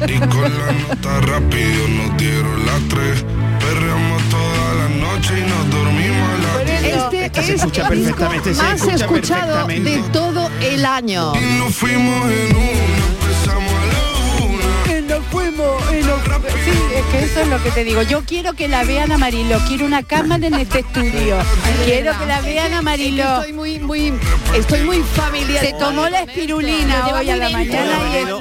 Speaker 17: Y con la nota rápido nos dieron las tres. Perreamos toda la noche y nos dormimos a las
Speaker 2: Este
Speaker 17: Este
Speaker 2: es
Speaker 17: se escucha
Speaker 2: el disco
Speaker 17: perfectamente, se
Speaker 2: más
Speaker 17: escucha
Speaker 2: escuchado de
Speaker 17: perfectamente.
Speaker 2: todo el año.
Speaker 17: Y nos fuimos en una, empezamos a la una.
Speaker 3: Que nos fuimos, y nos- Sí, es que eso es lo que te digo. Yo quiero que la vean a Marilo, quiero una cámara en este estudio. Quiero que la vean a Marilo.
Speaker 2: Estoy muy, muy, estoy muy familiar.
Speaker 3: Se tomó la espirulina
Speaker 2: Lo lleva
Speaker 3: hoy a
Speaker 2: muy
Speaker 3: la
Speaker 2: dentro.
Speaker 3: mañana y
Speaker 2: Marilo,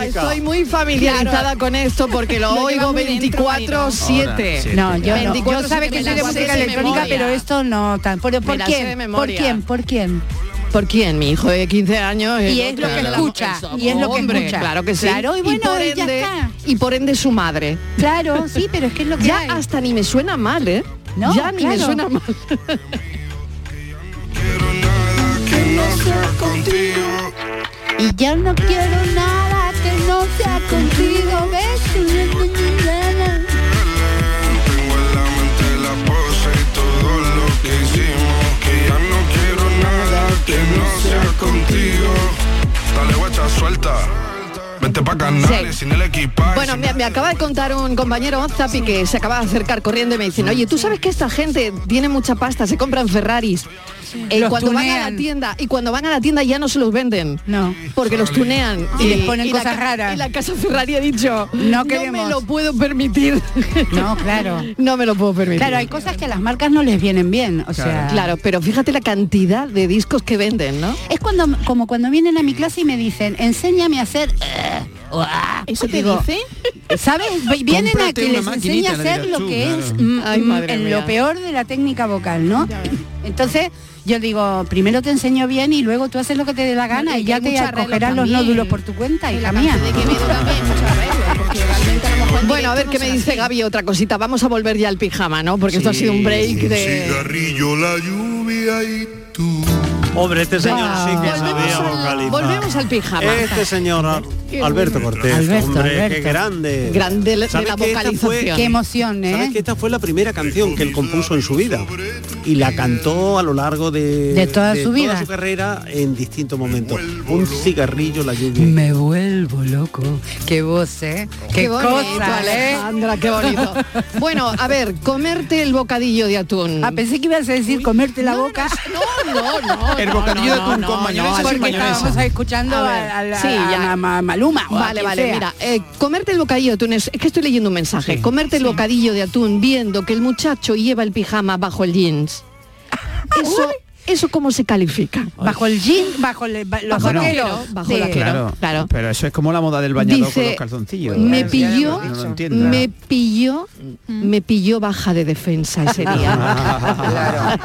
Speaker 3: está.
Speaker 2: Estoy muy familiarizada
Speaker 3: Claro.
Speaker 2: con esto porque lo,
Speaker 3: Lo lleva
Speaker 2: oigo
Speaker 3: muy dentro,
Speaker 2: 24-7.
Speaker 3: No, yo no. Yo
Speaker 2: 24/7 me
Speaker 3: sabe que
Speaker 2: la
Speaker 3: soy de
Speaker 2: sé
Speaker 3: música
Speaker 2: de
Speaker 3: electrónica,
Speaker 2: memoria.
Speaker 3: pero esto no tan. ¿Por, por
Speaker 2: Me la sé de
Speaker 3: quién? ¿Por
Speaker 2: memoria.
Speaker 3: quién? ¿Por quién?
Speaker 2: ¿Por quién? Mi hijo de 15 años.
Speaker 3: Y es lo que
Speaker 2: claro.
Speaker 3: escucha, y es lo que
Speaker 2: Hombre,
Speaker 3: escucha.
Speaker 2: Claro que sí.
Speaker 3: Claro, y bueno,
Speaker 2: por
Speaker 3: y ya
Speaker 2: ende,
Speaker 3: está.
Speaker 2: y por ende su madre.
Speaker 3: Claro, sí, pero es que es lo que
Speaker 2: Ya
Speaker 3: hay.
Speaker 2: hasta ni me suena mal, ¿eh?
Speaker 3: No,
Speaker 2: ya ni me
Speaker 3: claro.
Speaker 2: suena mal.
Speaker 3: Y yo no quiero nada que
Speaker 7: no sea contigo, ves.
Speaker 17: Tengo en la mente la pose y todo lo que hicimos. Que ya no quiero nada que no sea contigo. Dale guacha, suelta. Vente pa' canales
Speaker 2: Sí.
Speaker 17: sin el equipaje.
Speaker 2: Bueno, me, me acaba de contar un compañero Zapi que se acaba de acercar corriendo y me dicen, oye, tú sabes que esta gente tiene mucha pasta, se compran Ferraris. Eh,
Speaker 3: Los
Speaker 2: cuando van a la
Speaker 3: tunean.
Speaker 2: tienda y cuando van a la tienda ya no se los venden
Speaker 3: no
Speaker 2: porque los tunean
Speaker 3: Y les ponen
Speaker 2: la
Speaker 3: cosas
Speaker 2: ca-
Speaker 3: raras.
Speaker 2: y la casa Ferrari ha dicho no,
Speaker 3: No
Speaker 2: me
Speaker 3: queremos".
Speaker 2: lo puedo permitir
Speaker 3: No, claro.
Speaker 2: no me lo puedo permitir
Speaker 3: Claro, hay cosas que a las marcas no les vienen bien, o sea...
Speaker 2: Claro, pero fíjate la cantidad de discos que venden no
Speaker 3: Es cuando, como cuando vienen a mi clase y me dicen, enséñame a hacer... eh, o, ah".
Speaker 9: ¿Eso te
Speaker 3: Digo,
Speaker 9: dice?
Speaker 3: ¿Sabes? Vienen a
Speaker 9: Cómprate
Speaker 3: que
Speaker 9: una
Speaker 3: les enseñe
Speaker 9: maquinita,
Speaker 3: a
Speaker 9: le
Speaker 3: hacer
Speaker 9: dirás
Speaker 3: lo
Speaker 9: tú,
Speaker 3: que
Speaker 9: claro.
Speaker 3: es mm,
Speaker 9: Ay,
Speaker 3: mm,
Speaker 9: madre
Speaker 3: en
Speaker 9: mía.
Speaker 3: lo peor de la técnica vocal, ¿no? Entonces, yo digo, primero te enseño bien y luego tú haces lo que te dé la gana
Speaker 9: Hombre,
Speaker 3: y
Speaker 9: y
Speaker 3: ya
Speaker 9: que hay
Speaker 3: te
Speaker 9: muchas reglas
Speaker 3: acogerán los
Speaker 9: también.
Speaker 3: nódulos por tu cuenta, hija mía.
Speaker 2: bueno a ver qué me dice Gaby otra cosita vamos a volver ya al pijama no porque esto ha sido un break de
Speaker 17: Cigarrillo, la lluvia y
Speaker 16: Hombre, este señor sí que sabía vocalizar.
Speaker 2: volvemos al pijama
Speaker 16: Este
Speaker 5: señor Al-
Speaker 2: Qué
Speaker 5: Alberto
Speaker 2: bueno.
Speaker 5: Cortés.
Speaker 2: Alberto,
Speaker 5: hombre, qué
Speaker 2: Alberto.
Speaker 5: grande.
Speaker 2: Grande de la
Speaker 5: ¿Sabes que esta fue-
Speaker 3: Qué emoción,
Speaker 5: ¿Sabes
Speaker 3: ¿eh?
Speaker 5: que esta fue la primera canción que él compuso en su vida? Y la cantó a lo largo de,
Speaker 3: De toda su vida.
Speaker 5: su carrera en distintos momentos. Un cigarrillo, la lluvia. Me
Speaker 3: vuelvo loco. Qué voz, ¿eh? Qué,
Speaker 2: bonito,
Speaker 3: cosa, ¿eh?
Speaker 2: Alejandra, qué bonito. Bueno, a ver, comerte el bocadillo de atún. Ah,
Speaker 3: pensé que ibas a decir comerte la boca.
Speaker 2: No, no, no.
Speaker 3: El
Speaker 2: no,
Speaker 3: bocadillo
Speaker 2: no,
Speaker 3: de atún
Speaker 2: no,
Speaker 3: con
Speaker 2: no,
Speaker 3: mayonesa,
Speaker 2: no,
Speaker 3: sin
Speaker 2: porque
Speaker 3: mayonesa.
Speaker 2: estábamos
Speaker 3: escuchando a- a la- a la Ma- Maluma o a
Speaker 2: Vale,
Speaker 3: quien
Speaker 2: vale,
Speaker 3: sea.
Speaker 2: mira. eh, comerte el bocadillo de atún es, es que estoy leyendo un mensaje. comerte el bocadillo de atún viendo que el muchacho lleva el pijama bajo el jeans. Eso, ¿eso cómo se califica?
Speaker 3: Bajo el jean, bajo el- ba- los
Speaker 2: Bajo el
Speaker 3: vaqueros.
Speaker 2: vaquero, bajo
Speaker 3: Sí.
Speaker 2: el vaquero.
Speaker 4: Claro, Pero eso es como la moda del bañador con los
Speaker 2: Dice,
Speaker 4: calzoncillos.
Speaker 2: me
Speaker 4: Eso
Speaker 2: pilló,
Speaker 4: no lo entiendo.
Speaker 2: me pilló,
Speaker 3: Mm.
Speaker 2: me pilló baja de defensa ese día.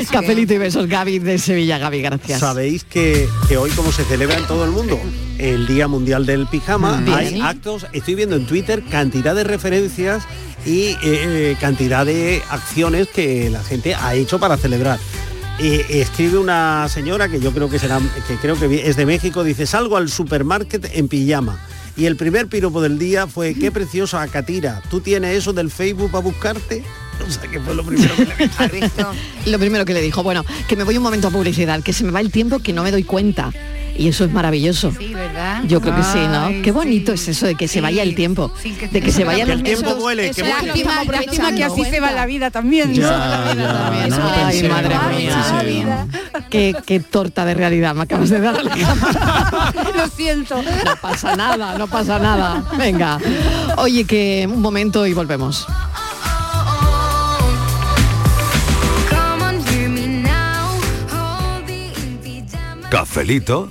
Speaker 2: Capelito y besos, Gaby de Sevilla, Gaby, gracias.
Speaker 5: Sabéis que, que hoy, como se celebra en todo el mundo, el Día Mundial del Pijama,
Speaker 2: Bien.
Speaker 5: hay actos, estoy viendo en Twitter cantidad de referencias y eh, eh, cantidad de acciones que la gente ha hecho para celebrar. Eh, escribe una señora que yo creo que será, que creo que vi- es de México, dice, salgo al supermarket en pijama. Y el primer piropo del día fue, qué preciosa Acatira, ¿tú tienes eso del Facebook para buscarte? O sea, que fue lo primero que le
Speaker 2: Lo primero que le dijo, bueno, que me voy un momento a publicidad, que se me va el tiempo que no me doy cuenta. Y eso es maravilloso.
Speaker 3: ¿Verdad?
Speaker 2: Yo creo que sí,
Speaker 3: Ay,
Speaker 2: ¿no? Qué bonito es eso de que se vaya el tiempo, de que se vaya
Speaker 3: Que el
Speaker 2: los
Speaker 3: tiempo
Speaker 2: minutos.
Speaker 3: vuele,
Speaker 2: Eso
Speaker 3: que
Speaker 2: es lo
Speaker 3: vuele.
Speaker 2: estamos
Speaker 3: Lástima, lástima
Speaker 2: aprovechando.
Speaker 3: que así se va la vida también, ¿no?
Speaker 2: Ya, ya, no lo
Speaker 3: Ay,
Speaker 2: pensé,
Speaker 3: madre
Speaker 2: no lo
Speaker 3: mía.
Speaker 2: pensé. Qué, qué torta de realidad me acabas de dar.
Speaker 3: Lo siento.
Speaker 2: No pasa nada, no pasa nada. Venga. Oye, que un momento y volvemos.
Speaker 18: Cafelito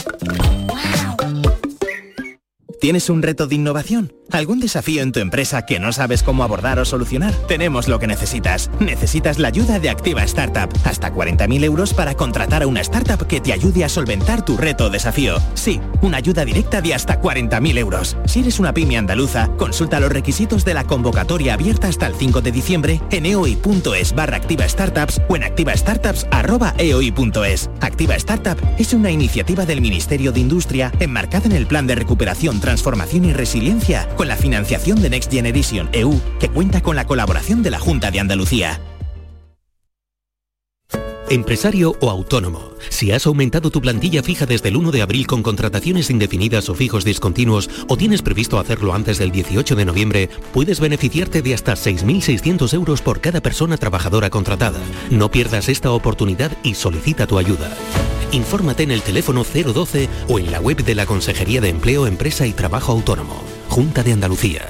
Speaker 19: ¿Tienes un reto de innovación? ¿Algún desafío en tu empresa que no sabes cómo abordar o solucionar? Tenemos lo que necesitas. Necesitas la ayuda de Activa Startup. Hasta 40.000 euros para contratar a una startup que te ayude a solventar tu reto o desafío. Sí, una ayuda directa de hasta 40.000 euros. Si eres una pyme andaluza, consulta los requisitos de la convocatoria abierta hasta el 5 de diciembre en E eoi.es barra Activa Startups E o en activastartups.eoi.es. Activa Startup es una iniciativa del Ministerio de Industria enmarcada en el Plan de Recuperación, Transformación y Resiliencia con la financiación de Next Generation E EU que cuenta con la colaboración de la Junta de Andalucía. Empresario o autónomo, si has aumentado tu plantilla fija desde el 1 de abril con contrataciones indefinidas o fijos discontinuos o tienes previsto hacerlo antes del 18 de noviembre, puedes beneficiarte de hasta 6.600 euros por cada persona trabajadora contratada. No pierdas esta oportunidad y solicita tu ayuda. Infórmate en el teléfono 012 o en la web de la Consejería de Empleo, Empresa y Trabajo Autónomo, Junta de Andalucía.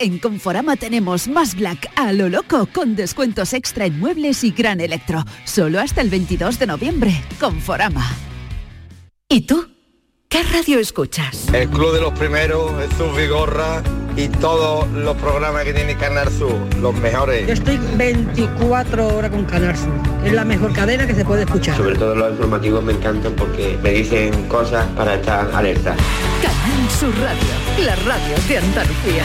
Speaker 20: En Conforama tenemos más Black a lo loco con descuentos extra en muebles y gran electro. Solo hasta el 22 de noviembre. Conforama.
Speaker 21: ¿Y tú? ¿Qué radio escuchas?
Speaker 8: El Club de los Primeros, Jesús Vigorra y todos los programas que tiene Canal Sur, los mejores.
Speaker 22: estoy 24 horas con Canal Sur. Es la mejor cadena que se puede escuchar.
Speaker 23: Sobre todo los informativos me encantan porque me dicen cosas para estar alerta.
Speaker 21: Canal Sur Radio, la radio de Andalucía.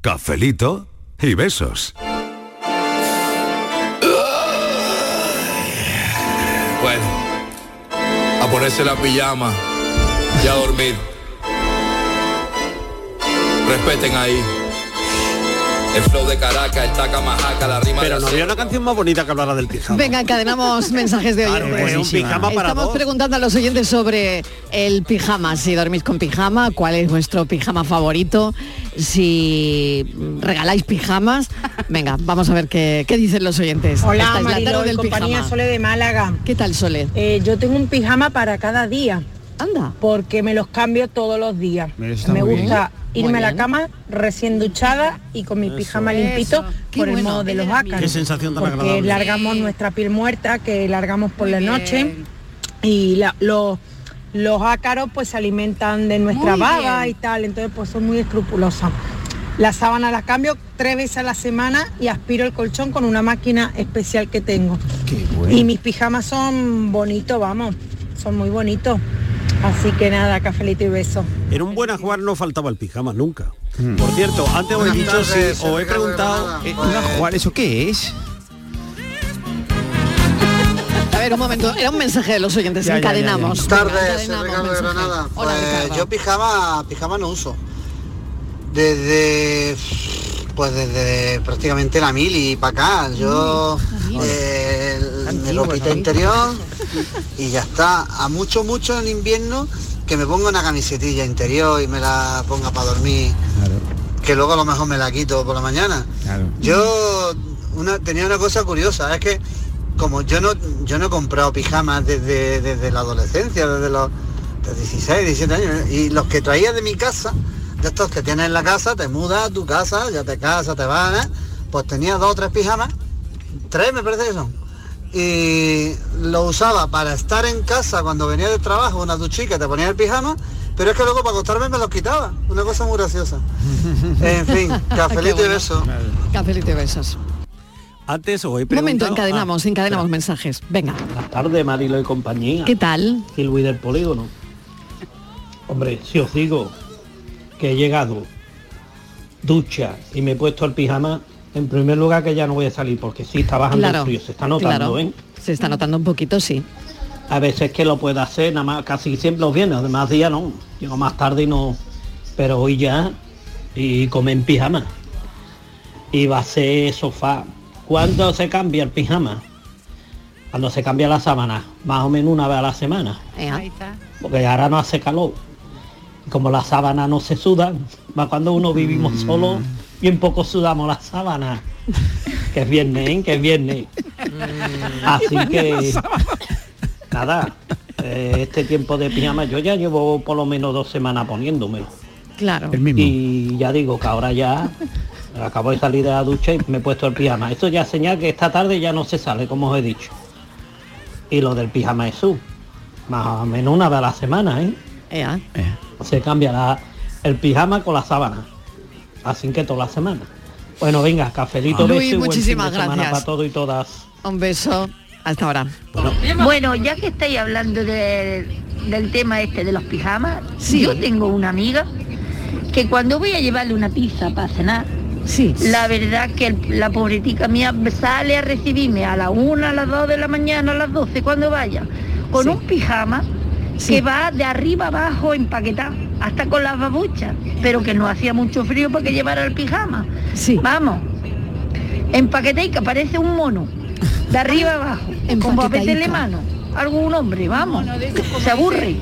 Speaker 24: Cafelito y besos.
Speaker 7: Bueno, a ponerse la pijama y a dormir. Respeten ahí. El flow de Caracas, el taca majaca, la rima
Speaker 5: Pero
Speaker 7: de
Speaker 5: no
Speaker 7: la
Speaker 5: había una canción más bonita que hablara del pijama.
Speaker 2: Venga, encadenamos mensajes de
Speaker 5: Claro,
Speaker 2: oyentes.
Speaker 5: pues, un pijama para
Speaker 2: Estamos
Speaker 5: dos.
Speaker 2: preguntando a los oyentes sobre el pijama, si dormís con pijama, cuál es vuestro pijama favorito, si regaláis pijamas. Venga, vamos a ver qué, qué dicen los oyentes. Esta
Speaker 3: Hola,
Speaker 2: es la
Speaker 3: Mariló
Speaker 2: tarde
Speaker 3: y
Speaker 2: del
Speaker 3: compañía
Speaker 2: pijama.
Speaker 3: Sole de Málaga. ¿Qué tal, Sole? yo tengo un pijama para cada día. Anda. Porque me los cambio todos los días.
Speaker 10: Mira, eso está
Speaker 3: Me
Speaker 10: muy bien.
Speaker 3: gusta
Speaker 10: Muy
Speaker 3: irme a la
Speaker 10: bien.
Speaker 3: cama recién duchada y con mi pijama
Speaker 10: Eso.
Speaker 3: limpito
Speaker 10: Qué
Speaker 3: por el
Speaker 10: bueno,
Speaker 3: modo de
Speaker 10: qué
Speaker 3: los
Speaker 10: maravilla.
Speaker 3: ácaros.
Speaker 10: Qué sensación tan
Speaker 3: Porque
Speaker 10: agradable.
Speaker 3: largamos nuestra piel muerta, que largamos por la noche y la- los los ácaros pues se alimentan de nuestra
Speaker 25: Muy
Speaker 3: baba
Speaker 25: bien.
Speaker 3: y tal, entonces pues son muy escrupulosas. La sábana la cambio tres veces a la semana y aspiro el colchón con una máquina especial que tengo. Y mis pijamas son bonitos, vamos, son muy bonitos. Así que nada, cafelito y beso.
Speaker 5: En un buen jugar no faltaba el pijama nunca. Por cierto, antes os he
Speaker 7: Buenas
Speaker 5: dicho si
Speaker 7: tardes,
Speaker 5: os he
Speaker 7: Ricardo
Speaker 5: preguntado.
Speaker 7: Herrada.
Speaker 5: eh,
Speaker 7: Pues-
Speaker 5: ajuar, ¿eso qué es?
Speaker 2: A ver, un momento, era un mensaje de los oyentes, encadenamos.
Speaker 26: Buenas tardes,
Speaker 2: Encadenamos
Speaker 26: Ricardo de
Speaker 2: mensajes.
Speaker 26: Granada.
Speaker 2: Hola,
Speaker 26: Pues,
Speaker 2: Ricardo.
Speaker 26: yo pijama, pijama no uso. Desde pues desde prácticamente la mil y para acá. Yo
Speaker 2: Mm.
Speaker 26: eh, me
Speaker 22: Antiguo,
Speaker 26: ropita
Speaker 22: ¿no?
Speaker 26: interior y ya está. A mucho, mucho en invierno que me ponga una camisetilla interior y me la ponga para dormir. Que luego a lo mejor me la quito por la mañana. Yo una, tenía una cosa curiosa, es que como yo no yo no he comprado pijamas desde, desde la adolescencia, desde los de 16, 17 años, y los que traía de mi casa, de estos que tienes en la casa, te mudas a tu casa, ya te casas, te vas, ¿eh? pues tenía dos o tres pijamas, tres me parece que son, y lo usaba para estar en casa cuando venía del trabajo, una duchica, te ponía el pijama, pero es que luego para acostarme me los quitaba, una cosa muy graciosa. En fin,
Speaker 2: Ah, Qué
Speaker 26: cafelito y
Speaker 2: bueno.
Speaker 26: beso.
Speaker 2: Cafelito y besos.
Speaker 5: Antes os he
Speaker 2: Un momento,
Speaker 5: preguntado.
Speaker 2: encadenamos, encadenamos mensajes. Venga.
Speaker 6: ah, Buenas tardes, Marilo y compañía.
Speaker 2: ¿Qué tal?
Speaker 6: Aquí Luis del Polígono. Hombre, si os digo que he llegado ducha y me he puesto el pijama, en primer lugar que ya no voy a salir porque sí está bajando
Speaker 2: Claro,
Speaker 6: Ah, el frío, se está notando,
Speaker 2: claro.
Speaker 6: ¿eh?
Speaker 2: Se está notando un poquito, sí.
Speaker 6: A veces que lo puedo hacer, nada más casi siempre los viernes, además día no, llego más tarde y no, pero hoy ya y comé en pijama. Y va a ser sofá. ¿Cuándo se cambia el pijama? Cuando se cambia la sábana, más o menos una vez a la semana,
Speaker 2: Ahí
Speaker 25: está.
Speaker 6: porque ahora no hace calor. Y Como la sábana no se suda, más cuando uno vivimos solo, bien poco sudamos la sábana. Que es viernes, ¿eh? que es viernes. Así
Speaker 10: Bueno,
Speaker 6: que
Speaker 10: la sábana.
Speaker 6: nada, eh, este tiempo de pijama yo ya llevo por lo menos dos semanas poniéndomelo.
Speaker 2: Claro.
Speaker 6: Y ya digo que ahora ya acabo de salir de la ducha y me he puesto el pijama. Esto ya señala que esta tarde ya no se sale, como os he dicho. Y lo del pijama es su. Más o menos una vez a la semana, ¿eh?
Speaker 2: Ea.
Speaker 6: Se cambia la- el pijama con la sábana. Así que toda la semana. Bueno, venga, cafelito,
Speaker 2: Luis,
Speaker 6: beso y buen fin de
Speaker 2: muchísimas
Speaker 6: semana
Speaker 2: gracias.
Speaker 6: para todos y todas.
Speaker 2: Un beso. Hasta ahora.
Speaker 3: Bueno, ya que estáis hablando de- del tema este de los pijamas, yo tengo una amiga que cuando voy a llevarle una pizza para cenar, la verdad que el- la pobretica mía sale a recibirme a la una, a las 2 de la mañana, a las 12 cuando vaya, con un pijama que va de arriba abajo empaquetado, hasta con las babuchas, pero que no hacía mucho frío para que llevara el pijama. Vamos, empaquetaica, parece un mono, de arriba abajo, como a meterle mano, algún hombre, vamos, se aburre.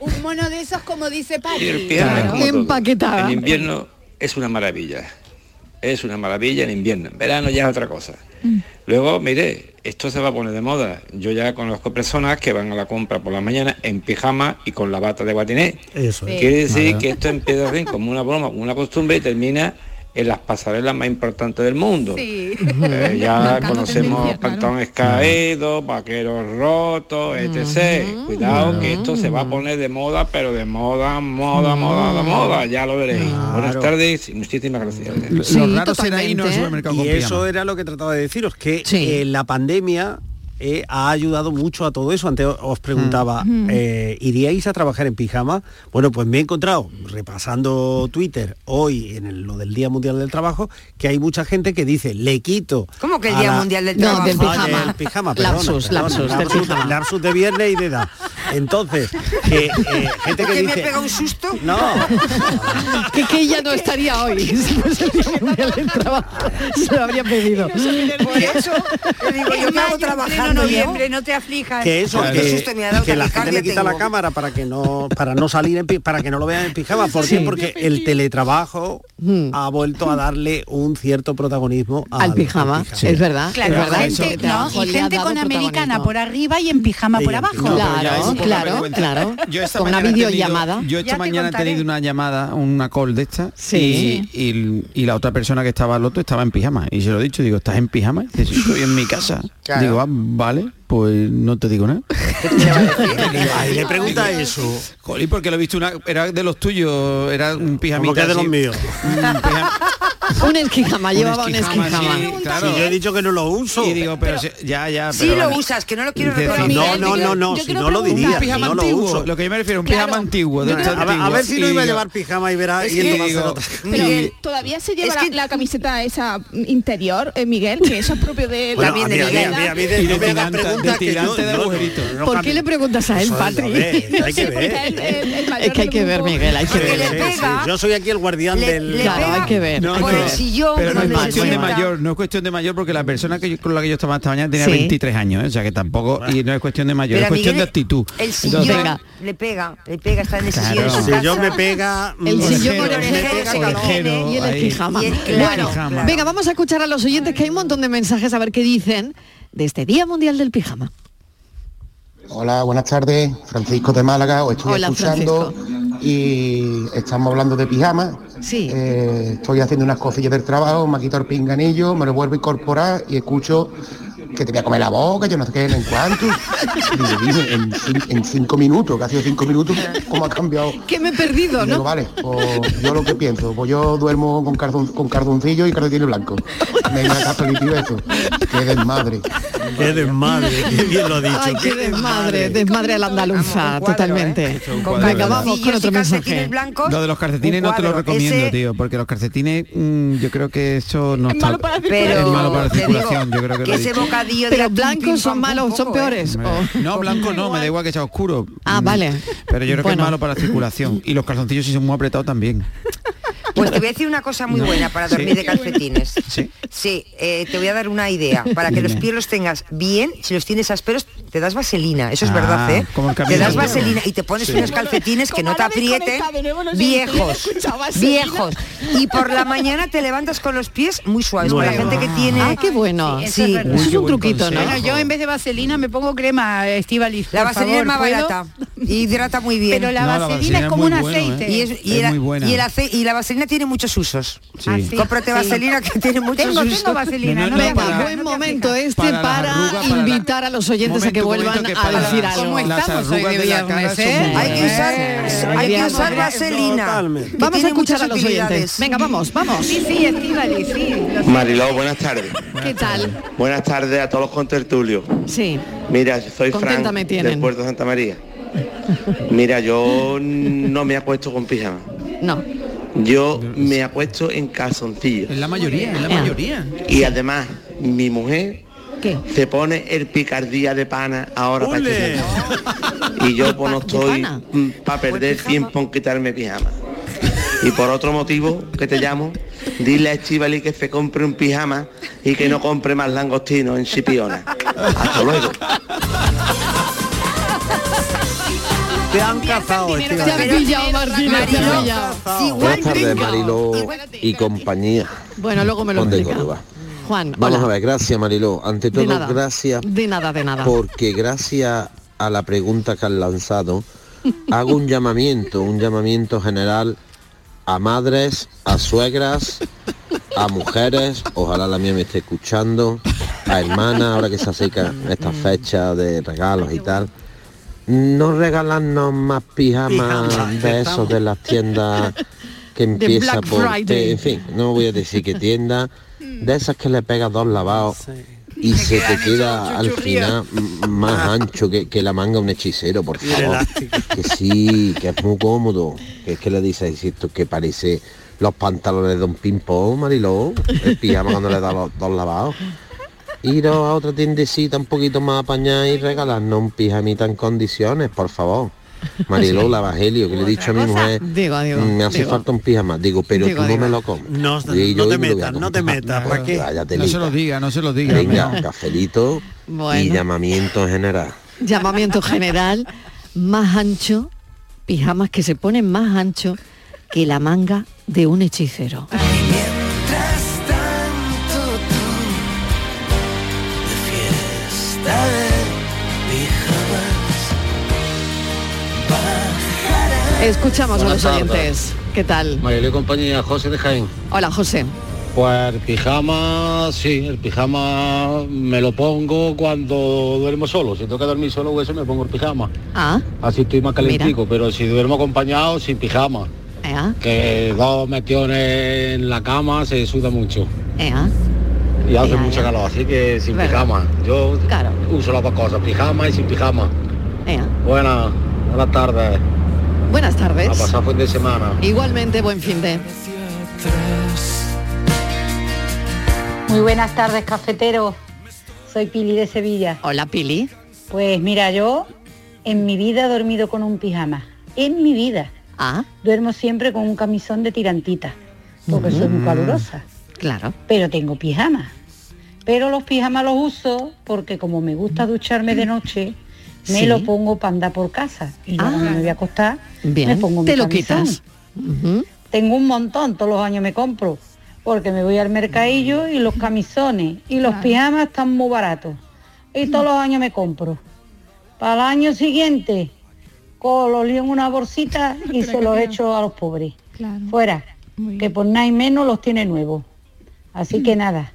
Speaker 10: Un mono de esos como dice Pati.
Speaker 27: El pijama es como todo.
Speaker 2: Empaquetada.
Speaker 27: En invierno es una maravilla. Es una maravilla en invierno. En verano ya es otra cosa. Luego, mire, esto se va a poner de moda. Yo ya conozco personas que van a la compra por la mañana en pijama y con la bata de guatiné.
Speaker 5: Eso
Speaker 27: Quiere decir que esto empieza a ser como una broma, como una costumbre y termina en las pasarelas más importantes del mundo. Eh, ya
Speaker 28: Marcando
Speaker 27: conocemos
Speaker 28: tendencia,
Speaker 27: pantalones caídos, vaqueros rotos, etc. Cuidado que esto se va a poner de moda, pero de moda, moda, moda, de moda. Ya lo veréis. Buenas tardes y muchísimas gracias.
Speaker 5: Sí,
Speaker 2: totalmente.
Speaker 27: irnos al supermercado
Speaker 5: Y
Speaker 27: con pijama.
Speaker 5: eso era lo que trataba de deciros, que eh, la pandemia eh, ha ayudado mucho a todo eso. Antes os preguntaba,
Speaker 29: Mm.
Speaker 5: eh, ¿iríais a trabajar en pijama? Bueno, pues me he encontrado, repasando Twitter hoy en el- lo del Día Mundial del Trabajo, que hay mucha gente que dice, le quito.
Speaker 10: ¿Cómo que el
Speaker 5: a
Speaker 10: Día Mundial del No, Trabajo? del pijama.
Speaker 5: del pijama, perdona,
Speaker 10: Lapsus,
Speaker 5: perdona,
Speaker 10: lapsus, del
Speaker 5: lapsus,
Speaker 10: pijama.
Speaker 5: lapsus de viernes y de edad. Entonces, que, eh, gente que
Speaker 10: ¿Por qué me
Speaker 5: dice...
Speaker 10: ha pegado un susto?
Speaker 5: No.
Speaker 2: que, que ella no estaría hoy. Si fuese el Día Mundial del Trabajo, se lo habría pedido.
Speaker 10: Por eso, te digo, yo
Speaker 2: En
Speaker 10: me hago
Speaker 2: mayo,
Speaker 10: trabajando
Speaker 2: pleno
Speaker 10: noviembre, no te aflijas.
Speaker 5: que eso
Speaker 10: Qué
Speaker 5: que,
Speaker 10: susto me ha dado,
Speaker 5: que la gente
Speaker 10: taquicardia
Speaker 5: le quita la
Speaker 10: tengo.
Speaker 5: cámara para que no para no salir en pi- para que no lo vean en pijama ¿por qué?
Speaker 2: Sí.
Speaker 5: porque el teletrabajo ha vuelto a darle un cierto protagonismo
Speaker 2: Al pijama, es verdad,
Speaker 30: Claro,
Speaker 2: es verdad.
Speaker 30: gente,
Speaker 2: Eso-
Speaker 30: no,
Speaker 2: trabajo
Speaker 30: y
Speaker 2: le ha
Speaker 30: gente
Speaker 2: dado
Speaker 30: con americana
Speaker 2: protagonismo.
Speaker 30: por arriba y en pijama por abajo.
Speaker 2: No, pero ya eso por la claro, vergüenza. claro.
Speaker 4: Yo esta
Speaker 2: Con una
Speaker 4: mañana he tenido-
Speaker 2: videollamada.
Speaker 4: yo
Speaker 2: Ya
Speaker 4: esta
Speaker 2: te
Speaker 4: mañana he
Speaker 2: contaré.
Speaker 4: tenido una llamada, una call de esta.
Speaker 2: Sí.
Speaker 4: Y, y- y la otra persona que estaba al otro estaba en pijama. Y se lo he dicho, digo, ¿estás en pijama? Y dice, sí, estoy en mi casa.
Speaker 5: Claro.
Speaker 4: Digo, ah, vale, pues no te digo nada.
Speaker 5: y le pregunta eso
Speaker 4: Jolín, porque lo he visto una. Era de los tuyos, era un pijamita.
Speaker 5: que de los
Speaker 4: así.
Speaker 5: míos?
Speaker 2: Un esquijama,
Speaker 4: Un
Speaker 2: llevaba un
Speaker 4: esquijama,
Speaker 2: esquijama.
Speaker 4: sí, claro.
Speaker 5: Si yo he dicho que no lo uso
Speaker 4: Y digo, pero, si- ya, ya.
Speaker 10: Sí
Speaker 4: pero-
Speaker 10: lo usas, que no lo quiero
Speaker 4: Dice,
Speaker 10: recordar.
Speaker 5: no no no no si no lo diría
Speaker 4: Un
Speaker 5: si
Speaker 4: pijama
Speaker 5: no lo
Speaker 4: antiguo,
Speaker 5: uso
Speaker 4: Lo que yo me refiero, un
Speaker 5: Claro.
Speaker 4: pijama antiguo. de
Speaker 5: Yo
Speaker 4: estos
Speaker 5: creo- a ver- a
Speaker 4: antiguos.
Speaker 5: ver si no
Speaker 4: Y
Speaker 5: iba a
Speaker 4: digo-
Speaker 5: llevar pijama y verá- y él no va a Mm. hacer otra.
Speaker 10: Pero
Speaker 4: Miguel,
Speaker 10: todavía
Speaker 9: se lleva la, la camiseta esa interior, eh, Miguel, que eso es propio de
Speaker 5: Bueno,
Speaker 9: también
Speaker 5: a
Speaker 9: de
Speaker 5: mí, a mí,
Speaker 9: Miguel.
Speaker 5: a mí, a mí de-
Speaker 4: Y de
Speaker 5: no me hagas
Speaker 4: tirante-
Speaker 5: preguntas
Speaker 4: de
Speaker 5: que yo-
Speaker 4: tirante de
Speaker 5: no, no,
Speaker 4: agujerito.
Speaker 5: no,
Speaker 2: ¿Por qué le preguntas a él,
Speaker 5: Eso,
Speaker 2: Patri?
Speaker 5: a ver, hay que ver.
Speaker 2: es que hay que ver, Miguel, hay que
Speaker 5: Sí,
Speaker 2: ver.
Speaker 5: sí, sí. Yo soy aquí el guardián
Speaker 2: Le-
Speaker 5: del...
Speaker 2: le Claro, pega hay que ver, hay
Speaker 4: No,
Speaker 2: que
Speaker 4: no,
Speaker 2: ver. sillón
Speaker 4: pero no es
Speaker 2: donde se
Speaker 4: cuestión de
Speaker 2: sienta.
Speaker 4: mayor, no es cuestión de mayor porque la persona que yo- con la que yo estaba esta mañana tenía
Speaker 2: Sí.
Speaker 4: 23 años, ¿eh? o sea que tampoco y no es cuestión de mayor, es
Speaker 10: Pero a
Speaker 4: cuestión de
Speaker 10: Miguel-
Speaker 4: actitud.
Speaker 10: El sillón
Speaker 4: Entonces-
Speaker 10: le pega, le pega, está en el
Speaker 4: Claro.
Speaker 10: sillón. de su
Speaker 4: Si
Speaker 10: casa.
Speaker 4: yo me
Speaker 5: pega,
Speaker 2: El sillón
Speaker 10: orejero,
Speaker 2: con el
Speaker 10: orejero,
Speaker 2: pega
Speaker 10: se
Speaker 2: con el
Speaker 10: calor.
Speaker 2: pene y el
Speaker 10: Ahí.
Speaker 2: esquijama.
Speaker 10: Y el-
Speaker 2: Bueno,
Speaker 10: claro.
Speaker 2: venga, vamos a escuchar a los oyentes que hay un montón de mensajes a ver qué dicen de este Día Mundial del Pijama.
Speaker 13: Hola, buenas tardes, Francisco de Málaga, os estoy
Speaker 2: Hola,
Speaker 13: escuchando y estamos hablando de pijama. Eh,
Speaker 2: Sí.
Speaker 13: estoy haciendo unas cosillas del trabajo, me quito el pinganillo, me lo vuelvo a incorporar y escucho que te voy a comer la boca, yo no sé qué, en cuánto. Digo, "Dime, en, cin- en cinco minutos, que ha sido cinco minutos, ¿cómo ha cambiado?
Speaker 2: Que me he perdido,
Speaker 13: Digo,
Speaker 2: ¿no?
Speaker 13: vale, pues yo lo que pienso, pues yo duermo con, cardon- con cardoncillo y cardoncillo blanco. Venga, cafelito y beso. Qué desmadre.
Speaker 5: Qué desmadre, qué bien lo ha dicho.
Speaker 2: Ay, qué desmadre, desmadre a la andaluza,
Speaker 10: ¿eh?
Speaker 2: totalmente.
Speaker 4: cuadro,
Speaker 2: Venga,
Speaker 4: ¿verdad?
Speaker 2: vamos con otro mensaje.
Speaker 4: Lo de los calcetines no te lo recomiendo, tío, porque los calcetines mm, yo creo que eso no está
Speaker 10: circulación.
Speaker 4: es malo para la
Speaker 10: Pero, te
Speaker 4: circulación, yo creo que,
Speaker 10: que
Speaker 4: lo he
Speaker 10: ese
Speaker 4: dicho.
Speaker 10: bocadillo de
Speaker 2: Pero
Speaker 10: atún, pim,
Speaker 2: blancos
Speaker 10: pam,
Speaker 2: son
Speaker 10: pum,
Speaker 2: malos,
Speaker 10: poco,
Speaker 2: son peores.
Speaker 4: Me-
Speaker 2: o-
Speaker 4: No, blanco no, me da igual que sea oscuro.
Speaker 2: Ah,
Speaker 4: Mm,
Speaker 2: vale.
Speaker 4: Pero yo creo que
Speaker 2: Bueno.
Speaker 4: es malo para la circulación. Y los calzoncillos si son muy apretados también.
Speaker 10: Pues te voy a decir una cosa muy
Speaker 15: No.
Speaker 10: buena para dormir
Speaker 15: Sí.
Speaker 10: de calcetines.
Speaker 4: Sí.
Speaker 10: eh, te voy a dar una idea. Para que los
Speaker 15: Dime.
Speaker 10: pies los tengas bien, si los tienes ásperos, te das vaselina. Eso es
Speaker 15: Ah,
Speaker 10: verdad, ¿eh?
Speaker 15: como el
Speaker 10: te
Speaker 15: Camino
Speaker 10: das
Speaker 15: del Toro.
Speaker 10: vaselina y te pones
Speaker 15: Sí.
Speaker 10: unos calcetines que no te aprieten. Viejos. Viejos. Y por la mañana te levantas con los pies muy suaves. Pues Para la
Speaker 2: Nueva.
Speaker 10: gente que tiene.
Speaker 2: Ah, qué bueno.
Speaker 10: Sí,
Speaker 2: Eso es verdad. Uy, Eso es qué un buen truquito, ¿no? consejo.
Speaker 31: Bueno, yo en vez de vaselina me pongo crema
Speaker 3: eh,
Speaker 31: Estivaliz.
Speaker 10: La vaselina es más barata. Hidrata muy bien.
Speaker 31: Pero la
Speaker 10: No, la
Speaker 31: vaselina
Speaker 10: vaselina
Speaker 31: es
Speaker 10: es
Speaker 31: como
Speaker 10: muy
Speaker 31: un
Speaker 10: bueno, ¿eh?
Speaker 31: aceite.
Speaker 10: Y es- y Es la- muy buena. y el ace- y la vaselina tiene muchos usos. Cómprate vaselina que tiene muchos
Speaker 31: Tengo,
Speaker 10: usos.
Speaker 31: tengo vaselina, no, me
Speaker 2: Venga,
Speaker 31: aplica.
Speaker 2: buen momento este
Speaker 31: las
Speaker 2: para,
Speaker 31: arrugas, para la-
Speaker 2: invitar a los oyentes a que vuelvan
Speaker 31: momento que
Speaker 2: a
Speaker 31: para
Speaker 2: decir
Speaker 31: las-
Speaker 2: algo.
Speaker 31: ¿Cómo Las estamos hoy arrugas de de la viernes, cara eh? son
Speaker 2: Hay que usar,
Speaker 10: hay que usar vaselina, que
Speaker 2: Vamos a
Speaker 10: tiene
Speaker 2: escuchar a
Speaker 10: muchas
Speaker 2: los oyentes.
Speaker 10: utilidades.
Speaker 2: Venga, vamos, vamos.
Speaker 31: Sí, sí, Estivaliz, sí. lo sé.
Speaker 23: Mariló, buenas tardes.
Speaker 2: ¿Qué tal?
Speaker 23: Buenas tardes a todos los contertulios.
Speaker 2: Sí.
Speaker 23: Mira, soy Fran
Speaker 2: Contenta me tienen.
Speaker 23: del Puerto de Santa María. Mira, yo no me acuesto con pijama.
Speaker 2: No.
Speaker 23: Yo me acuesto en calzoncillo.
Speaker 4: Es la mayoría, es la
Speaker 23: Ah.
Speaker 4: mayoría.
Speaker 23: Y además, mi mujer
Speaker 2: ¿Qué?
Speaker 23: se pone el picardía de pana ahora para
Speaker 7: ¡Ole!
Speaker 23: quitarme. Y yo pues, no estoy para perder tiempo en quitarme pijama. Y por otro motivo que te llamo, dile a Estivali que se compre un pijama y que no compre más langostinos en Chipiona. Hasta luego.
Speaker 32: Te han cazado,
Speaker 2: Te han pillado, Martínez, te han
Speaker 8: Mariló,
Speaker 2: pillado.
Speaker 8: Buenas tardes, Mariló y compañía.
Speaker 2: Bueno, luego me lo
Speaker 8: Conde de
Speaker 2: explica.
Speaker 8: Córdoba.
Speaker 2: Juan,
Speaker 8: Vamos
Speaker 2: hola.
Speaker 8: a ver, gracias Mariló. Ante todo,
Speaker 2: de nada.
Speaker 8: gracias
Speaker 2: De nada, de nada.
Speaker 8: porque gracias a la pregunta que han lanzado, hago un llamamiento, un llamamiento general a madres, a suegras, a mujeres, ojalá la mía me esté escuchando, a hermanas, ahora que se acercan
Speaker 2: Mm.
Speaker 8: estas fechas de regalos y tal. No regalarnos más pijamas
Speaker 18: Pijamas,
Speaker 8: de esos de las tiendas que empieza
Speaker 18: Black
Speaker 8: por... T,
Speaker 18: Friday.
Speaker 8: en fin, no voy a decir que tienda, de esas que le pegas dos lavados y se te queda al final m- más ancho que, que la manga un hechicero, por
Speaker 32: Ah. Y el
Speaker 8: favor. Que sí, que es muy cómodo. Que es que le dices esto que parece los pantalones de un ping-pong, Mariló. El pijama cuando le da los dos lavados. Iros a otra tiendecita un poquito más apañada y regalarnos un pijamita en condiciones, por favor. Mariló, la Evangelio, que le he dicho a mi mujer, "Mm,
Speaker 2: Digo, digo,
Speaker 8: me hace
Speaker 2: digo.
Speaker 8: falta un pijama. Digo, pero
Speaker 2: Digo,
Speaker 8: tú no
Speaker 2: digo.
Speaker 8: me lo comes.
Speaker 32: No,
Speaker 8: Y yo ah,
Speaker 32: no te
Speaker 8: me lo voy a
Speaker 32: metas,
Speaker 8: comer.
Speaker 32: no te metas, ¿para qué?
Speaker 8: Váyate,
Speaker 4: No se lo
Speaker 8: Lita.
Speaker 4: diga, no se lo diga.
Speaker 8: pues Venga,
Speaker 4: no.
Speaker 8: cafelito y
Speaker 2: Bueno.
Speaker 8: llamamiento en general.
Speaker 2: Llamamiento general, más ancho, pijamas que se ponen más ancho que la manga de un hechicero.
Speaker 7: Mientras tanto tú de fiesta de pijamas bajarás.
Speaker 2: Escuchamos
Speaker 18: Buenas
Speaker 2: a los
Speaker 18: tardes.
Speaker 2: oyentes. ¿Qué tal?
Speaker 18: Mariló y compañía, José de Jaén.
Speaker 2: Hola, José.
Speaker 18: Pues el pijama, sí, el pijama me lo pongo cuando duermo solo. Si tengo que dormir solo o eso, me pongo el pijama.
Speaker 2: Ah,
Speaker 18: Así estoy más
Speaker 2: Mira.
Speaker 18: calentico, pero si duermo acompañado, sin pijama.
Speaker 2: ea,
Speaker 18: Que dos metiones en la cama se suda mucho.
Speaker 2: ea.
Speaker 18: Y hace
Speaker 2: Ya,
Speaker 18: mucho
Speaker 2: ya.
Speaker 18: calor, así que sin
Speaker 2: Verdad.
Speaker 18: pijama. Yo
Speaker 2: Claro.
Speaker 18: uso las dos cosas, pijama y sin pijama.
Speaker 2: Ea.
Speaker 18: Buenas, buenas tardes.
Speaker 2: Buenas
Speaker 18: A
Speaker 2: tardes.
Speaker 18: pasar fin de semana.
Speaker 2: Igualmente, buen fin de.
Speaker 3: Muy buenas tardes, cafetero. Soy Pili de Sevilla.
Speaker 2: Hola, Pili.
Speaker 3: Pues mira, yo en mi vida he dormido con un pijama. En mi vida.
Speaker 2: Ah.
Speaker 3: Duermo siempre con un camisón de tirantita, porque soy muy calurosa.
Speaker 2: Claro.
Speaker 3: Pero tengo pijama. Pero los pijamas los uso porque como me gusta ducharme de noche, me
Speaker 2: Sí. Ah.
Speaker 3: lo pongo para andar por casa. Y yo cuando me voy a acostar,
Speaker 2: Bien.
Speaker 3: me pongo mi
Speaker 2: Te lo
Speaker 3: camisón.
Speaker 2: quitas. Ujú.
Speaker 3: Tengo un montón, todos los años me compro, porque me voy al mercadillo y los camisones y los pijamas están muy baratos. Y todos los años me compro. Para el año siguiente, co- los lío en una bolsita y se los echo a los pobres. Fuera, que por nada y menos los tiene nuevos. Así que nada,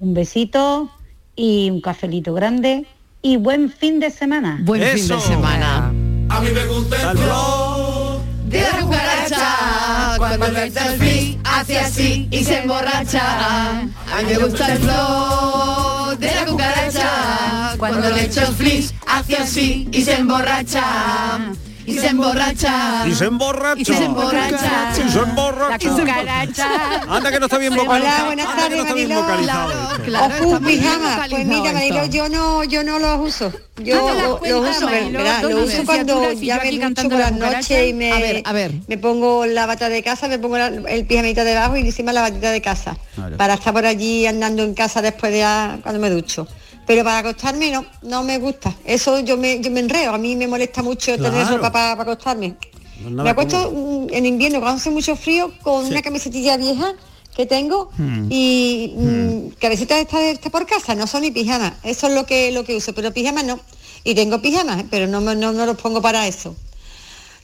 Speaker 3: un besito y un cafelito grande y buen fin de semana.
Speaker 2: Buen fin de semana.
Speaker 7: A mí me gusta el flow
Speaker 3: de la
Speaker 7: cucaracha. Cuando le da el fin, hace así y se emborracha. A mí me gusta el flow de la cucaracha. Cuando le echo el flis, hace así y se emborracha. y se emborracha.
Speaker 5: Y se emborracha.
Speaker 7: Y se emborracha.
Speaker 5: Y se emborracha.
Speaker 7: La cucaracha.
Speaker 5: Anda que no está bien
Speaker 7: Hola,
Speaker 5: vocalizado.
Speaker 7: buenas
Speaker 5: Anda que no está bien
Speaker 7: Mariló.
Speaker 5: vocalizado esto.
Speaker 7: Claro,
Speaker 15: Ojo,
Speaker 7: está muy bien
Speaker 15: pijamas. Pues
Speaker 7: localizado
Speaker 15: mira, Marilo,
Speaker 7: esto.
Speaker 15: yo no, yo no los uso. Yo
Speaker 7: Ah, ¿te das
Speaker 15: lo-
Speaker 7: cuenta,
Speaker 15: los uso,
Speaker 7: Marilo?
Speaker 15: ¿verdad?
Speaker 7: Dos
Speaker 15: Los uso
Speaker 7: licenciaturas
Speaker 15: cuando
Speaker 7: y
Speaker 15: ya
Speaker 7: yo
Speaker 15: me
Speaker 7: aquí
Speaker 15: ducho
Speaker 7: cantando
Speaker 15: por
Speaker 7: la
Speaker 15: la noche
Speaker 7: cucaracha.
Speaker 15: y me,
Speaker 7: A ver, a ver.
Speaker 15: me pongo la bata de casa, me pongo la- el pijamita debajo y encima la batita de casa.
Speaker 7: Claro.
Speaker 15: Para estar por allí andando en casa después de la- cuando me ducho. Pero para acostarme no, no me gusta. Eso yo me, yo me enreo, a mí me molesta mucho tener
Speaker 7: Claro.
Speaker 15: ropa para, para acostarme.
Speaker 7: No es nada
Speaker 15: me acuesto mm, en invierno cuando hace mucho frío con
Speaker 7: Sí.
Speaker 15: una camisetilla vieja que tengo
Speaker 7: Hmm.
Speaker 15: y mm, camisetas estas de- estas por casa, no son ni pijamas, eso es lo que lo que uso, pero pijamas no. Y tengo pijamas, pero no, me- no, no los pongo para eso.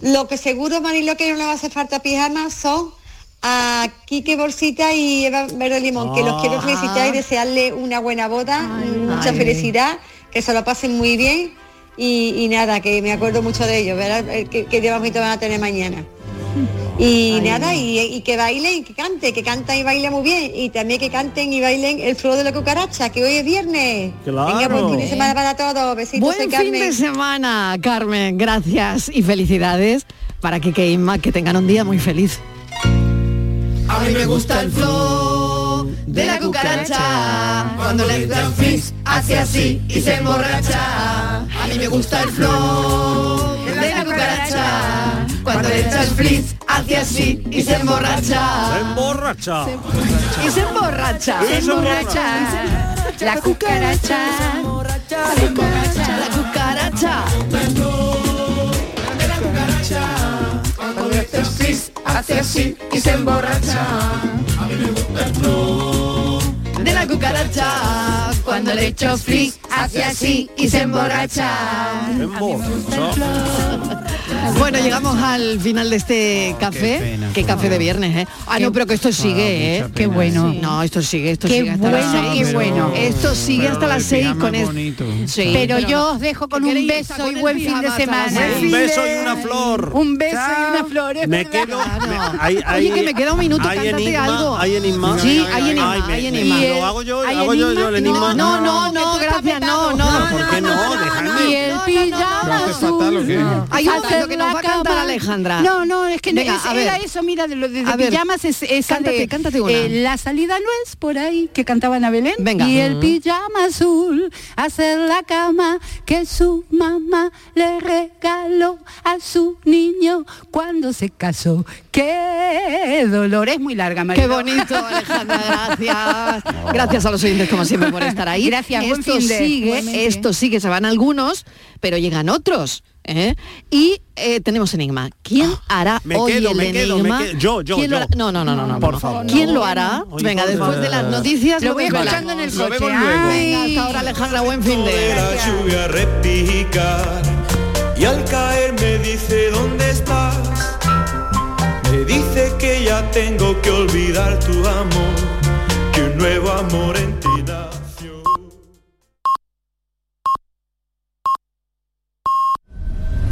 Speaker 15: Lo que seguro, Marilo, que no le va a hacer falta pijamas son a Quique Bolsita y Eva Verde Limón, que los quiero
Speaker 7: Ah.
Speaker 15: felicitar y desearle una buena boda, mucha
Speaker 7: ay.
Speaker 15: felicidad, que se lo pasen muy bien y, y nada, que me acuerdo mucho de ellos, ¿verdad? Eh, Que, que día más bonito van a tener mañana. Y nada, y, y que bailen, y que cante, que cantan y bailen muy bien. Y también que canten y bailen el flow de la cucaracha, que hoy es viernes. Venga, buen fin de semana para todos. Besitos, soy
Speaker 2: Buen fin
Speaker 15: Carmen.
Speaker 2: de semana, Carmen. Gracias y felicidades para Kike e Inma, que tengan un día muy feliz.
Speaker 7: A mí me gusta el flow de la cucaracha. Cuando le entra el frizz, hace así y se emborracha. A mí me gusta el flow de la cucaracha. Cuando le entra el frizz, hace así y se
Speaker 5: Se
Speaker 7: emborracha.
Speaker 5: emborracha.
Speaker 7: Y se emborracha.
Speaker 5: Se emborracha.
Speaker 7: La cucaracha. Se emborracha. La cucaracha. Cuando le entra el frizz, hace así y se emborracha. de la cucaracha. Cuando le echo flick hace así y se emborracha.
Speaker 2: Bueno, llegamos al final de este café. Qué,
Speaker 7: pena, por
Speaker 2: café de viernes, ¿eh? Ah, no, pero que esto sigue, ¿eh? Qué bueno. No, esto sigue, esto
Speaker 3: Qué
Speaker 2: sigue hasta las
Speaker 3: bueno,
Speaker 2: seis.
Speaker 3: qué bueno.
Speaker 2: Esto sigue hasta las seis con esto. Sí,
Speaker 3: pero, yo os dejo con un beso y buen fin de semana.
Speaker 5: Un beso y una flor.
Speaker 3: Un beso y una flor. es
Speaker 5: Me
Speaker 3: verdad. Ah,
Speaker 5: quedo. me- hay-
Speaker 2: Oye,
Speaker 5: hay-
Speaker 2: que me queda un minuto,
Speaker 5: Hay
Speaker 2: cántate
Speaker 5: enigma,
Speaker 2: algo.
Speaker 5: Hay enigma.
Speaker 2: Sí,
Speaker 5: Venga, venga,
Speaker 2: hay enigma,
Speaker 5: venga. Ay,
Speaker 2: hay
Speaker 5: me-
Speaker 2: enigma.
Speaker 5: me- Lo hago yo,
Speaker 2: ¿Hay
Speaker 5: hago yo, yo el enigma.
Speaker 2: No, no, no, no, gracias, no, no.
Speaker 5: ¿Por qué no? Dejadme.
Speaker 3: Y el pijama azul.
Speaker 2: Hay un
Speaker 3: Hacer
Speaker 2: lo que nos
Speaker 3: la
Speaker 2: va a cantar
Speaker 3: cama.
Speaker 2: Alejandra.
Speaker 3: No, no, es que no,
Speaker 2: Venga,
Speaker 3: es-
Speaker 2: a ver.
Speaker 3: era eso, mira, de, lo de, de
Speaker 2: A ver.
Speaker 3: pijamas es esa
Speaker 2: Cántate,
Speaker 3: de,
Speaker 2: cántate una.
Speaker 3: eh, la salida no es por ahí que cantaban a Belén.
Speaker 2: Venga.
Speaker 3: Y el
Speaker 2: Mm.
Speaker 3: pijama azul, hacer la cama que su mamá le regaló a su niño cuando se casó. Qué dolor, es muy larga, María.
Speaker 2: Qué bonito, Alejandra, gracias. Gracias a los oyentes como siempre por estar ahí.
Speaker 3: Gracias, buen
Speaker 2: esto
Speaker 3: fin de-
Speaker 2: sigue,
Speaker 3: igualmente.
Speaker 2: esto sigue, se van algunos, pero llegan otros. ¿eh? Y eh, tenemos enigma. ¿Quién hará
Speaker 5: Ah, Me
Speaker 2: hoy
Speaker 5: quedo,
Speaker 2: el
Speaker 5: me quedo, me
Speaker 2: enigma?
Speaker 5: quedo. Yo, yo,
Speaker 2: ¿Quién lo
Speaker 5: yo.
Speaker 2: hará? No, no, no, no, no,
Speaker 5: Por
Speaker 2: no.
Speaker 5: favor.
Speaker 2: ¿Quién lo hará?
Speaker 5: Oye,
Speaker 2: Venga,
Speaker 5: por
Speaker 2: después
Speaker 5: favor.
Speaker 2: de las noticias
Speaker 5: Lo
Speaker 2: lo
Speaker 5: voy
Speaker 2: desvelamos.
Speaker 5: escuchando en el
Speaker 2: Lo
Speaker 5: coche.
Speaker 2: vemos luego. Venga, hasta ahora Alejandra, buen fin de.
Speaker 33: La lluvia repica y al caer me dice dónde estás. Me dice que ya tengo que olvidar tu amor, que un nuevo amor en ti